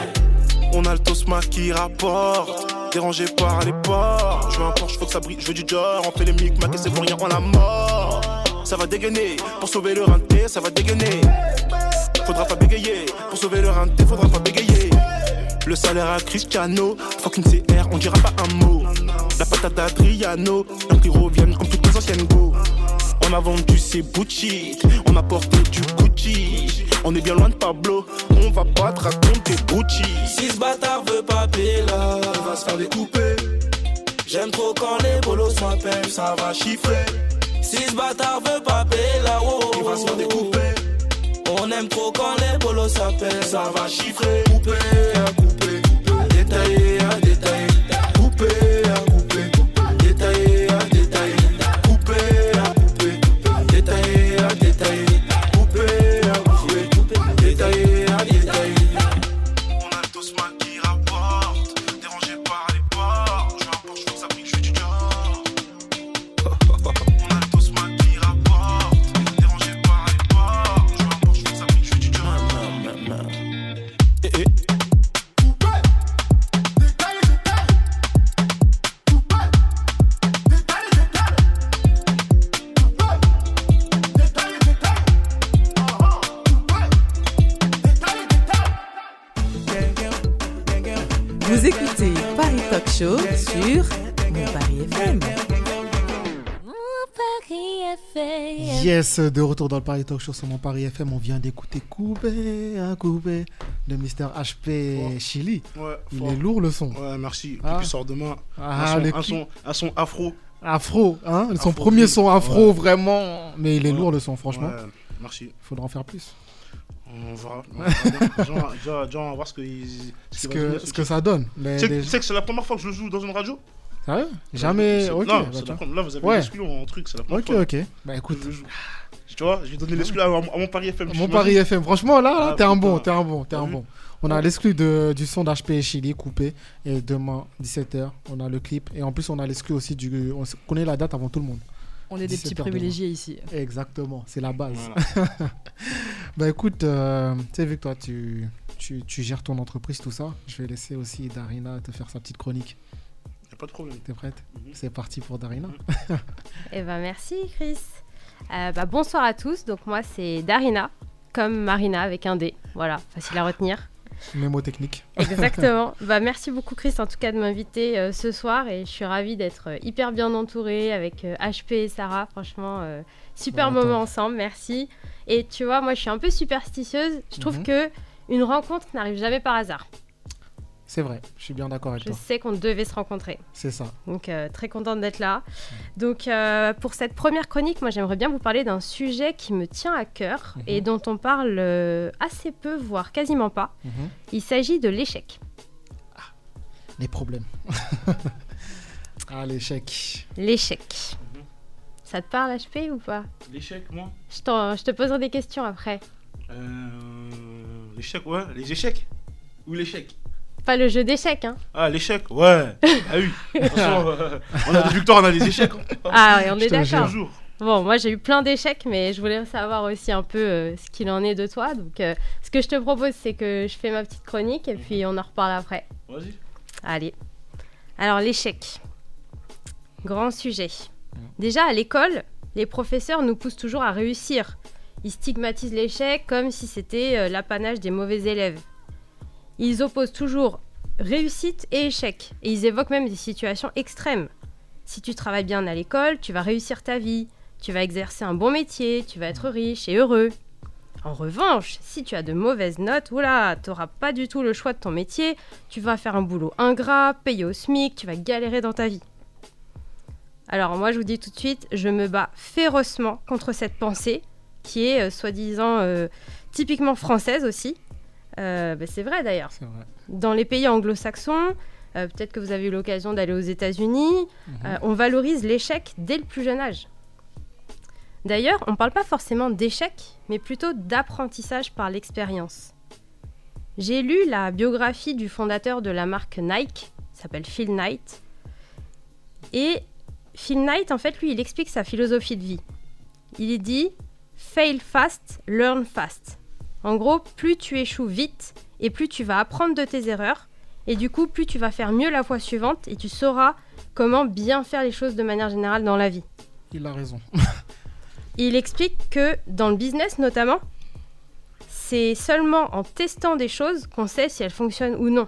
S7: On a le Tosma qui rapporte, dérangé par les porcs. Je veux un Porsche, faut que ça brille, je veux du genre. On fait les mic, ma c'est pour rien, on la mort. Ça va dégainer, pour sauver le rinté, ça va dégainer. Faudra pas bégayer, pour sauver le rinté, faudra pas bégayer. Le salaire à Cristiano, fucking CR, on dira pas un mot. La patate Adriano, donc ils reviennent comme toutes les anciennes go. On a vendu ses boutiques, on a porté du Gucci. On est bien loin de Pablo, on va pas te raconter Gucci.
S9: Si ce bâtard veut pas payer là, il va se faire découper. J'aime trop quand les bolos s'appellent, ça va chiffrer.
S11: Si ce bâtard veut pas payer là, oh, il va se faire découper. On aime trop quand les bolos s'appellent, ça va chiffrer.
S9: Couper à couper, détailler à détailler. Couper à couper, détailler à détailler. Couper à couper, détailler à détailler. Couper à couper, détailler à détailler.
S12: Vous écoutez Paris Talk Show sur Mon Paris FM.
S2: Yes, de retour dans le Paris Talk Show sur mon Paris FM. On vient d'écouter Coupé à Coupé de Mr. HP
S3: Fort.
S2: Chili.
S3: Ouais,
S2: Il
S3: fort.
S2: est lourd le son.
S3: Ouais, merci.
S2: Ah.
S3: Et puis sort demain.
S2: Ah,
S3: un, son,
S2: le
S3: un,
S2: clip.
S3: son, un son afro.
S2: Afro, hein Son
S3: Afro,
S2: premier
S3: oui.
S2: son afro,
S3: Ouais.
S2: vraiment. Mais il est lourd le son, franchement.
S3: Ouais, merci.
S2: Faudra en faire plus.
S3: On verra. on verra bien. Déjà, déjà- déjà, on va voir ce que, ils-
S2: Ce
S3: qu'ils
S2: que-
S3: vont donner,
S2: ce
S3: ce
S2: que
S3: titre.
S2: ça donne, mais
S3: Tu sais que-
S2: des-
S3: tu sais que c'est la première fois que je le joue dans une radio
S2: Sérieux Jamais.
S3: C'est-
S2: Ok.
S3: non,
S2: bah
S3: c'est la
S2: tiens.
S3: première- là, vous avez
S2: Ouais.
S3: l'exclu en truc, c'est la première
S2: Ok,
S3: fois.
S2: ok. Bah écoute.
S3: Je- je- tu vois, je vais donner l'exclu à, à mon Paris FM.
S2: Mon
S3: j'imagine.
S2: Paris FM, franchement, là, là
S3: Ah,
S2: t'es un bon,
S3: putain.
S2: t'es un bon, t'es
S3: T'as
S2: un
S3: vu
S2: bon. On a l'exclu de- du son d'HP et Chili coupé. Et demain, 17h, on a le clip. Et en plus, on a l'exclu aussi du. On s- connaît la date avant tout le monde.
S4: On est des petits
S2: 17 heures
S4: privilégiés ici.
S2: Exactement, c'est la base. bah écoute, euh, tu sais, vu que toi, tu, tu, tu gères ton entreprise, tout ça, je vais laisser aussi Darina te faire sa petite chronique.
S3: Y a pas de problème.
S2: T'es prête
S3: Mhm.
S2: C'est parti pour Darina.
S5: Eh ben merci Chris. Euh, bah, bonsoir à tous. Donc moi c'est Darina, comme Marina avec un D. Voilà, facile à retenir.
S3: Mhm.
S2: Mémo technique.
S5: Exactement. bah, merci beaucoup Chris en tout cas de m'inviter euh, ce soir et je suis ravie d'être euh, hyper bien entourée avec euh, HP et Sarah. Franchement, euh, super
S4: Bon,
S5: moment
S4: attends.
S5: ensemble, merci. Et tu vois, moi je suis un peu superstitieuse. Je trouve
S2: Mhm.
S5: que une rencontre n'arrive jamais par hasard.
S2: c'est vrai, je suis bien d'accord avec
S5: Je
S2: toi.
S5: sais qu'on devait se rencontrer.
S2: C'est ça.
S5: Donc euh, très contente d'être là. Donc euh, pour cette première chronique, moi j'aimerais bien vous parler d'un sujet qui me tient à cœur
S2: Mhm.
S5: et dont on parle euh, assez peu, voire quasiment pas.
S2: Mhm.
S5: Il s'agit de l'échec.
S2: Les problèmes. [laughs] ah, l'échec.
S5: L'échec. Ça te parle HP ou pas
S3: L'échec, moi
S5: je, t'en- je te poserai des questions après.
S3: Euh, L'échec, ouais. Les échecs Ou l'échec
S5: Pas le jeu d'échecs, hein
S3: Ah, l'échec, ouais. Ah [laughs] oui. De toute façon, euh, on a des victoires, on a des échecs. hein.
S5: Ah, et on
S3: Je
S5: est
S3: te jure.
S5: d'accord.
S3: Toujours.
S5: Bon, moi j'ai eu plein d'échecs, mais je voulais savoir aussi un peu euh, ce qu'il en est de toi. Donc, euh, ce que je te propose, c'est que je fais ma petite chronique et puis on en reparle après.
S3: Vas-y.
S5: Allez. Alors, l'échec. Grand sujet. Déjà, à l'école, les professeurs nous poussent toujours à réussir. Ils stigmatisent l'échec comme si c'était euh, l'apanage des mauvais élèves. Ils opposent toujours réussite et échec. Et ils évoquent même des situations extrêmes. Si tu travailles bien à l'école, tu vas réussir ta vie. Tu vas exercer un bon métier, tu vas être riche et heureux. En revanche, si tu as de mauvaises notes, oula, t'auras pas du tout le choix de ton métier, tu vas faire un boulot ingrat, payé au SMIC, tu vas galérer dans ta vie. Alors moi je vous dis tout de suite, je me bats férocement contre cette pensée qui est euh, soi-disant euh, typiquement française aussi. Euh, bah, c'est vrai d'ailleurs. Dans les pays anglo-saxons, euh, peut-être que vous avez eu l'occasion d'aller aux États-Unis, euh, on valorise l'échec dès le plus jeune âge. D'ailleurs, on ne parle pas forcément d'échec, mais plutôt d'apprentissage par l'expérience. J'ai lu la biographie du fondateur de la marque Nike, il s'appelle Phil Knight. Et Phil Knight, en fait, lui, il explique sa philosophie de vie. Il dit Fail fast, learn fast. En gros, plus tu échoues vite et plus tu vas apprendre de tes erreurs, et du coup, plus tu vas faire mieux la fois suivante et tu sauras comment bien faire les choses de manière générale dans la vie.
S2: Il a raison.
S5: Il explique que dans le business notamment, c'est seulement en testant des choses qu'on sait si elles fonctionnent ou non.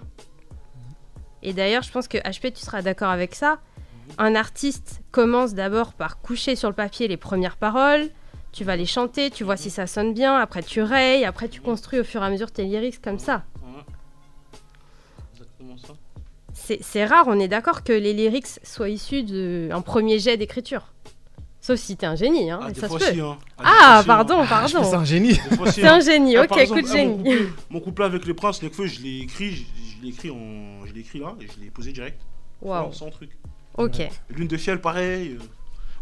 S5: Et d'ailleurs, je pense que HP, tu seras d'accord avec ça. Un artiste commence d'abord par coucher sur le papier les premières paroles, tu vas les chanter, tu vois si ça sonne bien, après tu rayes, après tu construis au fur et à mesure tes lyrics comme ça.
S9: Exactement ça.
S5: C'est c'est rare, on est d'accord que les lyrics soient issus d'un premier jet d'écriture. Sauf si t'es un génie, hein, et
S3: des
S5: ça se
S3: fois,
S5: peut.
S3: si, hein. Ah, des
S5: Ah,
S3: fois, si, [laughs]
S5: pardon,
S3: hein.
S5: pardon.
S3: Des fois, si,
S5: [laughs] C'est
S3: hein.
S5: un génie,
S3: Ah,
S5: ok,
S3: par exemple,
S5: coup de
S3: ah, mon
S5: génie.
S3: couple- Mon couple avec le prince Nekfeu, je l'ai écrit, je, je l'ai écrit en, je l'ai écrit là et je l'ai posé direct.
S5: Waouh.
S3: Sans- Sans truc.
S5: Ok.
S3: Lune de fiel, pareil. euh.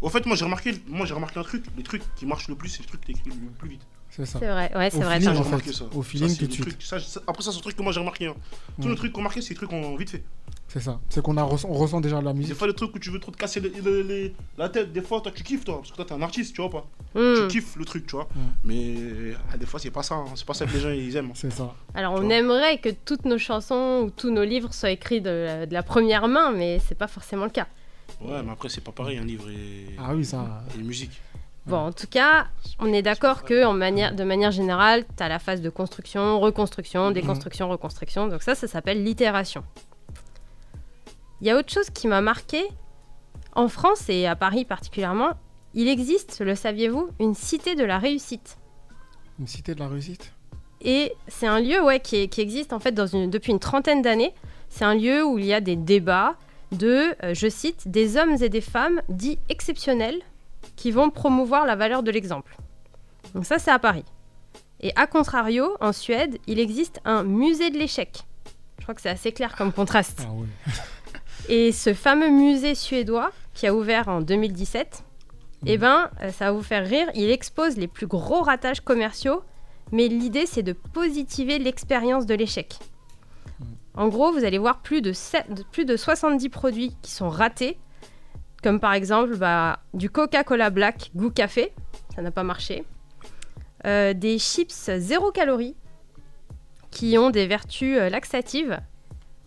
S3: Au fait, moi j'ai remarqué, moi j'ai remarqué un truc. Le truc qui marche le plus, c'est le truc que t'écris le plus vite.
S2: C'est ça.
S5: C'est vrai, ouais, c'est
S2: Au
S5: vrai,
S2: feeling,
S5: t'as
S2: en
S5: raison.
S2: fait. Au feeling
S3: c'est
S2: tout
S3: le
S2: de suite.
S3: truc- ça, ça- après ça, c'est un truc que moi j'ai remarqué. hein. Tout
S2: Mm.
S3: le truc qu'on marquait, c'est des trucs en vite fait.
S2: C'est ça. C'est qu'on a reço- on ressent déjà la musique.
S3: Des fois, le truc où tu veux trop te casser le- le- le- la tête, des fois, toi, tu kiffes, toi, parce que toi, t'es un artiste, tu vois pas.
S5: Mm.
S3: Tu kiffes le truc, tu vois.
S5: Hmm.
S3: Mais ah, des fois, c'est pas ça, hein. c'est pas ça que les gens ils aiment.
S2: C'est ça.
S5: Alors, on aimerait que toutes nos chansons ou tous nos livres soient écrits de la, de la première main, mais c'est pas forcément le cas.
S3: Ouais, mais après, c'est pas pareil, un livre et.
S2: Ah oui, ça.
S3: Et musique.
S5: Bon, en tout cas, on est d'accord que en manière, de manière générale, tu as la phase de construction, reconstruction, déconstruction, reconstruction. Donc ça, ça s'appelle l'itération. Il y a autre chose qui m'a marqué, en France et à Paris particulièrement, il existe, le saviez-vous, une cité de la réussite.
S2: Une cité de la réussite.
S5: Et c'est un lieu ouais, qui, est- qui existe en fait dans une- depuis une trentaine d'années. C'est un lieu où il y a des débats de, euh, je cite, des hommes et des femmes dits exceptionnels qui vont promouvoir la valeur de l'exemple. Donc ça, c'est à Paris. Et à contrario, en Suède, il existe un musée de l'échec. Je crois que c'est assez clair comme contraste.
S2: Ah
S5: Et ce fameux musée suédois qui a ouvert en 2017, eh ben, euh, ça va vous faire rire, il expose les plus gros ratages commerciaux, mais l'idée c'est de positiver l'expérience de l'échec. En gros, vous allez voir plus de, sept- de- plus de 70 produits qui sont ratés, comme par exemple bah, du Coca-Cola Black goût café, ça n'a pas marché, Euh, des chips zéro calories qui ont des vertus euh, laxatives,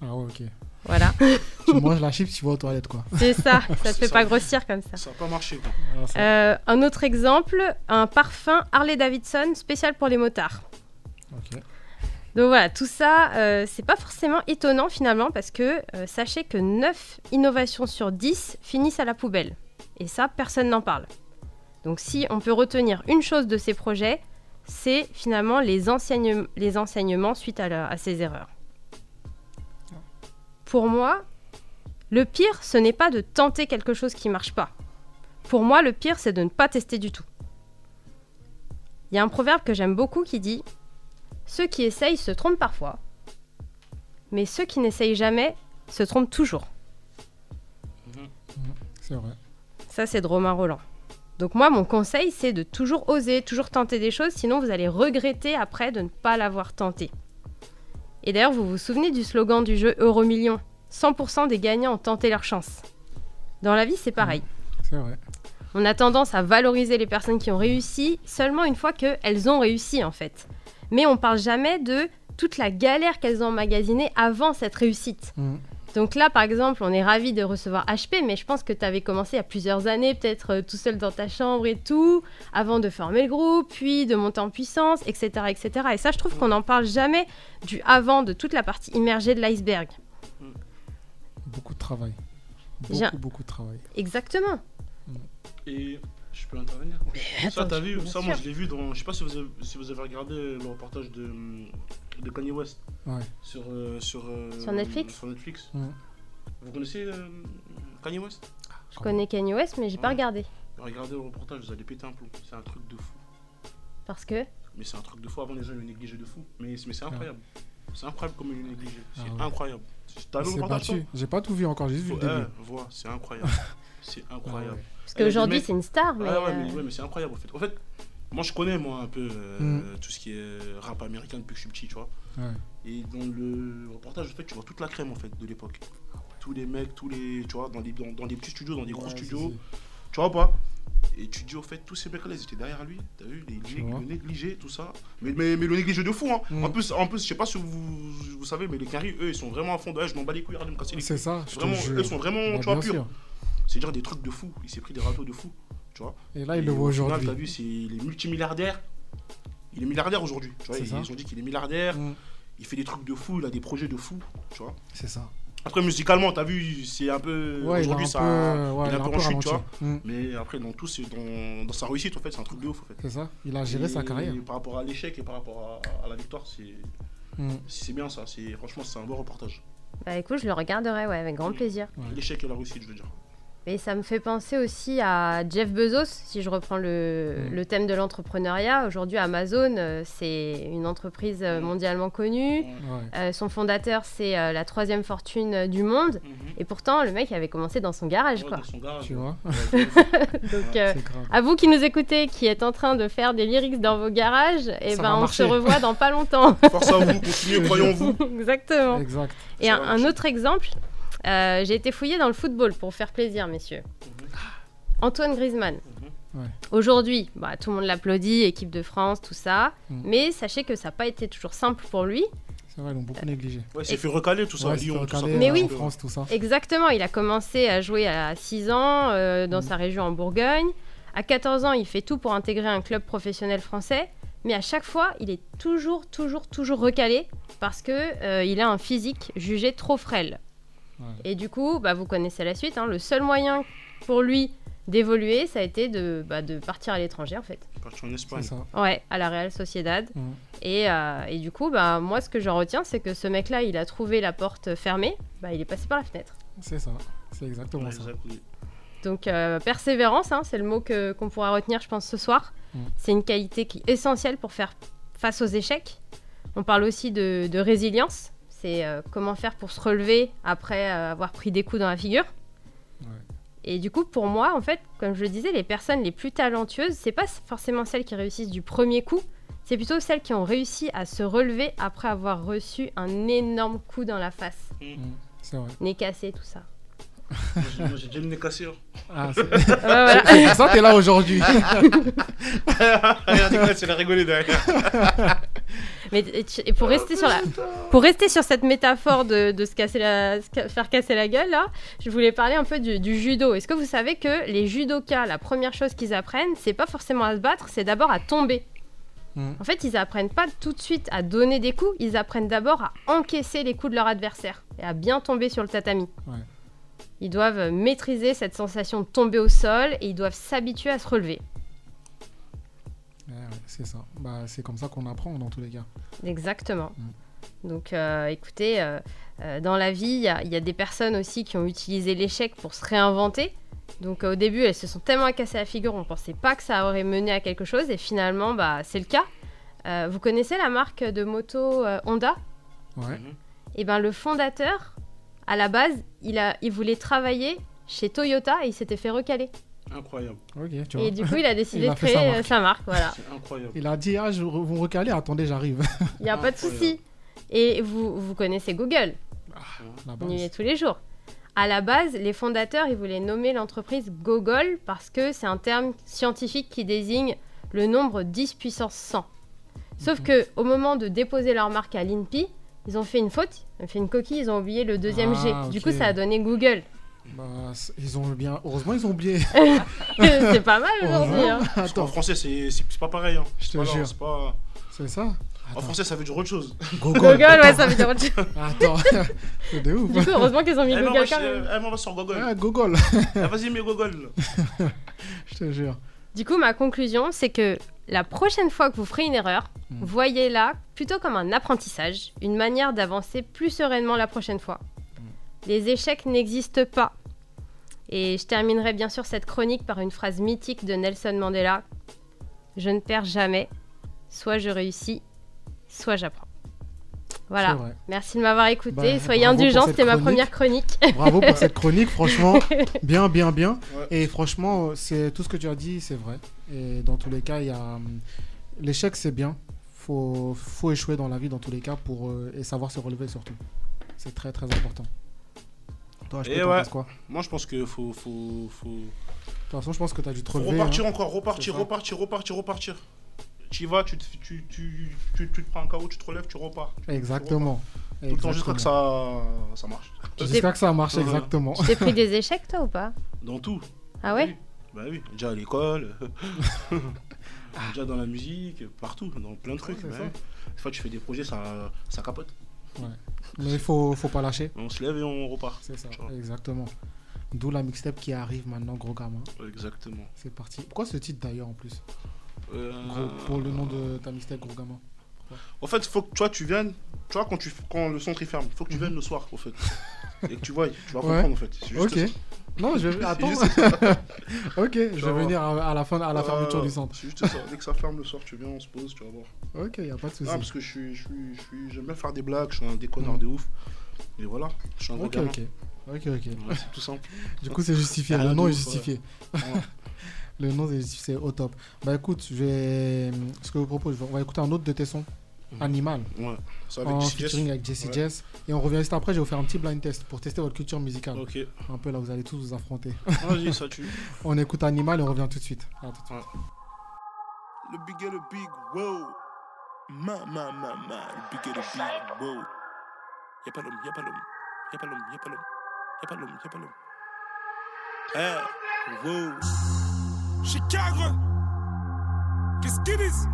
S2: Ah ouais, ok.
S5: voilà.
S2: tu
S5: [laughs]
S2: manges la chips, tu vas aux toilettes, quoi.
S5: C'est [laughs] ça, ça te fait pas grossir comme ça.
S3: Ça a pas marché, quoi.
S2: Ah,
S5: Euh, un autre exemple, un parfum Harley Davidson spécial pour les motards. Donc voilà, tout ça, euh, c'est pas forcément étonnant finalement parce que euh, sachez que 9 innovations sur 10 finissent à la poubelle. Et ça, personne n'en parle. Donc si on peut retenir une chose de ces projets, c'est finalement les, enseignem- les enseignements suite à, la- à ces erreurs. Pour moi, le pire, ce n'est pas de tenter quelque chose qui marche pas. Pour moi, le pire, c'est de ne pas tester du tout. Il y a un proverbe que j'aime beaucoup qui dit Ceux qui essayent se trompent parfois, mais ceux qui n'essayent jamais se trompent toujours.
S2: C'est vrai.
S5: Ça, c'est de Romain Roland. Donc, moi, mon conseil, c'est de toujours oser, toujours tenter des choses, sinon vous allez regretter après de ne pas l'avoir tenté. Et d'ailleurs, vous vous souvenez du slogan du jeu Euromillion 100% des gagnants ont tenté leur chance. Dans la vie, c'est pareil.
S2: C'est vrai.
S5: On a tendance à valoriser les personnes qui ont réussi seulement une fois qu'elles ont réussi en fait. Mais on parle jamais de toute la galère qu'elles ont emmagasinée avant cette réussite.
S3: Mm.
S5: Donc là par exemple on est ravi de recevoir HP mais je pense que tu avais commencé il y a plusieurs années peut-être euh, tout seul dans ta chambre et tout avant de former le groupe puis de monter en puissance etc. etc. Et ça je trouve qu'on n'en parle jamais du avant de toute la partie immergée de l'iceberg.
S2: Beaucoup de travail.
S5: J'ai-
S2: Beaucoup, beaucoup de travail.
S5: Exactement.
S3: Et je peux intervenir Ça,
S5: attends,
S3: t'as vu
S5: bien
S3: Ça, moi,
S5: sûr.
S3: je l'ai vu dans. Je sais pas si vous avez, si vous avez regardé le reportage de, hum, de Kanye West.
S2: Ouais.
S3: Sur, euh, sur, euh,
S5: Sur Netflix
S3: Sur Netflix.
S2: Ouais.
S3: Vous connaissez euh, Kanye West
S5: Je connais Kanye West mais j'ai pas regardé
S3: Regardez le reportage, vous allez péter un plomb. C'est un truc de fou.
S5: parce que
S3: Mais c'est un truc de fou. Avant, les gens, ils le négligeaient de fou. Mais, mais c'est incroyable. C'est incroyable comme ils le négligeaient. C'est
S2: Ah ouais.
S3: incroyable.
S2: Il
S3: T'as vu le
S2: s'est
S3: reportage
S2: battu.
S3: toi
S2: J'ai pas tout vu encore, j'ai juste vu le
S3: Ouais,
S2: début. Ah
S3: voilà, c'est incroyable. c'est incroyable.
S5: Parce
S2: [laughs]
S3: Et il y a des
S5: qu'aujourd'hui,
S3: mecs-
S5: c'est une star, mais,
S3: Ah Ouais, ouais,
S5: euh,
S3: mais, ouais, mais c'est incroyable en fait. En fait, Moi, je connais, moi, un peu euh,
S2: Mm.
S3: tout ce qui est euh, rap américain depuis que je suis petit, tu vois.
S2: Ouais.
S3: Et dans le reportage, en fait, tu vois toute la crème, en fait, de l'époque. Tous les mecs, tous les. Tu vois, dans les, dans, dans des petits studios, dans des gros
S2: Ah Ouais, si,
S3: studios.
S2: si.
S3: Tu vois ou pas Et tu dis, au fait, tous ces mecs-là, ils étaient derrière lui. T'as vu, les,
S2: Tu
S3: nég-
S2: vois.
S3: le négligé, tout ça. Mais, mais, mais le négligé de fou, hein.
S2: Mm.
S3: En plus, en plus, je sais pas si vous, vous savez, mais les Canaries, eux, ils sont vraiment à fond de. Ouais, je m'en bats les couilles, arrête de me casser les
S2: C'est
S3: couilles.
S2: ça, je te
S3: Vraiment,
S2: jure.
S3: eux, ils sont vraiment,
S2: Bah,
S3: tu vois,
S2: bien
S3: purs.
S2: sûr.
S3: C'est-à-dire des trucs de fou. Il s'est pris des râteaux de fou. Tu vois
S2: Et là, il le voit
S3: au final,
S2: aujourd'hui.
S3: T'as vu, c'est il est multimilliardaire. Il est milliardaire aujourd'hui. Tu vois,
S2: C'est
S3: ils,
S2: ça.
S3: ils ont dit qu'il est milliardaire. Il fait des trucs de fou, il a des projets de fou. Tu vois.
S2: Mm. C'est ça.
S3: Après, musicalement, t'as vu, c'est un
S2: Ouais,
S3: peu.
S2: il a
S3: Euh, aujourd'hui,
S2: un
S3: ça.
S2: peu- ouais,
S3: il est un peu en chute, tu vois.
S2: ralenti. Mm.
S3: Mais après, dans, tout, c'est dans, dans sa réussite, en fait, c'est un truc de ouf. En fait.
S2: C'est ça. Il a géré
S3: Et
S2: sa carrière.
S3: Par rapport à l'échec et par rapport à, à la victoire, c'est.
S2: Mm.
S3: C'est bien ça. C'est, franchement, c'est un bon reportage.
S5: Bah écoute, je le regarderai, ouais, avec
S2: Mm.
S5: grand plaisir.
S3: L'échec et la réussite, je veux dire.
S5: Mais ça me fait penser aussi à Jeff Bezos, si je reprends le,
S2: Mm.
S5: le thème de l'entrepreneuriat. Aujourd'hui, Amazon, euh, c'est une entreprise euh, mondialement connue. Euh, son fondateur, c'est euh, la troisième fortune euh, du monde. Et pourtant, le mec avait commencé dans son
S2: Oh,
S5: garage, quoi.
S2: Tu vois
S5: [laughs] Donc, euh, à vous qui nous écoutez, qui êtes en train de faire des lyrics dans vos garages, et
S2: Ça
S5: ben,
S2: va
S5: on
S2: marcher.
S5: se revoit dans
S2: [laughs]
S5: pas longtemps.
S3: Force à vous, continuez, croyez en vous.
S5: Exactement.
S2: Exact.
S5: Et un, un autre exemple, euh, j'ai été fouillée dans le football pour faire plaisir, messieurs. Antoine Griezmann.
S2: Ouais.
S5: Aujourd'hui, bah, tout le monde l'applaudit, équipe de France, tout ça.
S2: Mhm.
S5: Mais sachez que ça n'a pas été toujours simple pour lui.
S2: C'est vrai, ils l'ont beaucoup négligé.
S3: Ouais, il s'est fait recaler, tout ça,
S2: Ouais,
S3: à
S2: il s'est
S3: Lyon,
S2: fait
S3: tout ça.
S2: recaler,
S5: Euh, Mais
S2: euh,
S5: oui.
S2: En France, tout ça.
S5: Exactement, il a commencé à jouer à 6 ans euh, dans sa région en Bourgogne. À 14 ans, il fait tout pour intégrer un club professionnel français, mais à chaque fois, il est toujours, toujours, toujours recalé parce que euh, il a un physique jugé trop frêle. Et du coup, bah, vous connaissez la suite. hein, le seul moyen pour lui d'évoluer, ça a été de, bah, de partir à l'étranger, en fait.
S3: Parti en Espagne.
S5: Ouais, à la Real Sociedad.
S3: Mhm.
S5: Et, euh, et du coup, bah, moi, ce que j'en retiens, c'est que ce mec-là, il a trouvé la porte fermée, bah, il est passé par la fenêtre.
S2: C'est ça. C'est exactement ça.
S5: Donc euh, persévérance, hein, c'est le mot que- qu'on pourra retenir, je pense, ce soir.
S2: Mm.
S5: C'est une qualité qui est essentielle pour faire face aux échecs. On parle aussi de, de résilience. C'est euh, comment faire pour se relever après euh, avoir pris des coups dans la figure. Et du coup, pour moi, en fait, comme je le disais, les personnes les plus talentueuses, c'est pas forcément celles qui réussissent du premier coup. C'est plutôt celles qui ont réussi à se relever après avoir reçu un énorme coup dans la face,
S2: Mm. C'est vrai.
S5: nez cassé, tout ça.
S3: [laughs] Moi, j'ai- Moi, j'ai déjà le nez
S2: [laughs]
S3: cassé. hein.
S2: Ah, c'est- Ouais, voilà. C'est pour ça que t'es là aujourd'hui. Ah,
S3: Regardez quoi, c'est la rigolée derrière.
S5: Mais et tu- et pour rester sur la, pour rester sur cette métaphore de, de se casser la, se ca- faire casser la gueule là, je voulais parler un peu du, du judo. Est-ce que vous savez que les judokas, la première chose qu'ils apprennent, c'est pas forcément à se battre, c'est d'abord à tomber.
S2: Mm.
S5: En fait, ils apprennent pas tout de suite à donner des coups, ils apprennent d'abord à encaisser les coups de leur adversaire et à bien tomber sur le tatami.
S2: Ouais.
S5: Ils doivent maîtriser cette sensation de tomber au sol et ils doivent s'habituer à se relever.
S2: [laughs] Ouais, ouais, c'est ça. Bah, c'est comme ça qu'on apprend dans tous les cas.
S5: Exactement.
S2: Mm.
S5: Donc euh, écoutez, euh, euh, dans la vie, il y, a- il y a des personnes aussi qui ont utilisé l'échec pour se réinventer. Donc euh, au début, elles se sont tellement cassées la figure, on ne pensait pas que ça aurait mené à quelque chose, et finalement, bah, c'est le cas. Euh, vous connaissez la marque de moto euh, Honda
S2: Ouais.
S3: Mhm.
S5: Et ben le fondateur, à la base, il, a, il voulait travailler chez Toyota et il s'était fait recaler.
S3: Incroyable.
S2: Ok, tu vois.
S5: Et du coup, il a décidé
S2: Il
S5: de
S2: fait
S5: créer
S2: sa
S5: euh,
S2: marque.
S5: sa marque.
S2: Ah.
S5: Voilà.
S3: Incroyable.
S2: [laughs] Il a dit Ah, je vous recaler, attendez, j'arrive. [laughs]
S5: Il n'y a pas de souci. Et vous, vous connaissez Google.
S2: La
S5: On y
S2: base.
S5: est tous les jours. À la base, les fondateurs, ils voulaient nommer l'entreprise Gogol parce que c'est un terme scientifique qui désigne le nombre 10 puissance 100. Sauf
S3: Mhm.
S5: que au moment de déposer leur marque à l'INPI, ils ont fait une faute, ils ont fait une coquille, ils ont oublié le deuxième G.
S2: Ah,
S5: Du
S2: ok.
S5: coup, ça a donné Google. [laughs]
S2: Bah, c- ils ont bien. Heureusement, ils ont oublié. [laughs]
S5: c'est pas mal aujourd'hui. hein.
S3: Parce qu'en français, c'est c'est- c'est pas pareil. Hein. Je
S2: te jure.
S3: C'est pas...
S2: C'est ça
S3: En français, ça veut dire autre chose.
S2: Google. Google,
S5: ouais, ça veut dire autre
S3: chose.
S2: Attends, [laughs] c'est de ouf.
S5: Du coup, heureusement qu'ils ont mis
S3: Eh ben,
S5: Google
S3: moi,
S5: quand
S3: je-
S5: même.
S3: eh, moi, on va sur Google.
S2: Ah, Google.
S3: Ah, Vas-y, mets Google.
S2: [laughs] Je te jure.
S5: Du coup, ma conclusion, c'est que la prochaine fois que vous ferez une erreur,
S2: Mm.
S5: voyez-la plutôt comme un apprentissage, une manière d'avancer plus sereinement la prochaine fois.
S2: Hmm.
S5: Les échecs n'existent pas. Et je terminerai bien sûr cette chronique par une phrase mythique de Nelson Mandela. Je ne perds jamais. Soit je réussis, soit j'apprends. Voilà.
S2: C'est vrai.
S5: Merci de m'avoir écouté.
S2: Bah,
S5: Soyez
S2: bravo pour
S5: indulgents,
S2: cette
S5: c'était ma
S2: chronique. [laughs]
S5: première chronique.
S2: Bravo pour cette chronique, franchement. Bien, bien, bien. Et franchement, c'est tout ce que tu as dit, c'est vrai. Et dans tous les cas, il y a hum, l'échec, c'est bien. Faut, faut échouer dans la vie dans tous les cas pour euh, et savoir se relever surtout. C'est très très important. Toi, je
S3: Et
S2: t'en
S3: ouais.
S2: penses quoi
S3: Moi, je pense que faut. faut, faut...
S2: De toute façon, je pense que tu as dû te
S3: Faut
S2: relever.
S3: repartir
S2: hein.
S3: encore, repartir,
S2: C'est ça.
S3: repartir, repartir, repartir. Tu y vas, tu te, tu, tu, tu, tu te prends un KO, tu te relèves, tu repars. Tu- tu
S2: Exactement.
S3: repars. Tout le temps jusqu'à que ça, ça marche.
S2: J'espère que ça a marché,
S3: Ouais. [laughs]
S2: exactement.
S5: Tu t'es pris des échecs, toi, ou pas
S3: Dans tout.
S5: Ah ouais
S3: Bah oui, déjà à l'école, [laughs] déjà dans la musique, partout, dans plein de trucs. bah
S2: ça.
S3: oui. Des fois, tu fais des projets, ça, ça capote.
S2: Ouais. Mais il faut, faut pas lâcher.
S3: On se lève et on repart.
S2: C'est ça. Exactement. D'où la mixtape qui arrive maintenant, gros gamin.
S3: Exactement.
S2: C'est parti. Pourquoi ce titre d'ailleurs en plus
S3: Euh,
S2: Gros- Pour le nom de ta mixtape, gros gamin.
S3: En fait, faut que toi, tu viennes. Tu vois, quand, tu, quand le centre il ferme, faut que tu viennes le soir,
S2: [laughs]
S3: au fait. Et que tu vois, tu vas comprendre,
S2: Mhm. Ouais.
S3: en fait. C'est juste
S2: Ok.
S3: ça.
S2: Non, je vais.
S3: [laughs] C'est
S2: Attends.
S3: juste ça.
S2: [laughs]
S3: euh,
S2: ok, je
S3: Tu vas
S2: vais
S3: voir.
S2: venir à, à la fin, à la fermeture du centre.
S3: C'est juste ça. Dès que ça ferme le soir, tu viens, on se pose, tu vas voir.
S2: Ok, y a pas de souci.
S3: Ah, parce que je suis, je suis, je suis, j'aime bien faire des blagues, je suis un déconneur de ouf. Et voilà, je suis un gros
S2: Mhm. Ok,
S3: gamin.
S2: ok. Ok, ok.
S3: Ouais, c'est tout simple.
S2: Du coup, c'est justifié.
S3: Rien
S2: Le
S3: de
S2: nom est
S3: ouf,
S2: justifié.
S3: ouais. Ouais.
S2: [laughs] Le nom, c'est justifié, c'est au top. Bah écoute, je vais... ce que je vous propose, on va écouter un autre de tes sons. Animal.
S3: Ouais, ça Mhm. avec
S2: en
S3: Jesse Jess.
S2: featuring avec Jesse
S3: Ouais.
S2: Jess. Et on revient juste après, je vais vous faire un petit blind test pour tester votre culture musicale.
S3: Ok.
S2: Un peu là, vous allez tous vous affronter. [laughs]
S3: Vas-y, ça tue. [laughs]
S2: on écoute Animal et on revient tout de suite. À tout de suite.
S7: Le big et le big, wow. Ma, ma, ma, ma, le big et le big, wow.
S10: Y'a pas l'homme, y'a pas l'homme, y'a pas l'homme, y'a pas l'homme, y'a pas l'homme, y'a pas l'homme. Eh, wow.
S13: Chicago. The Skinnies.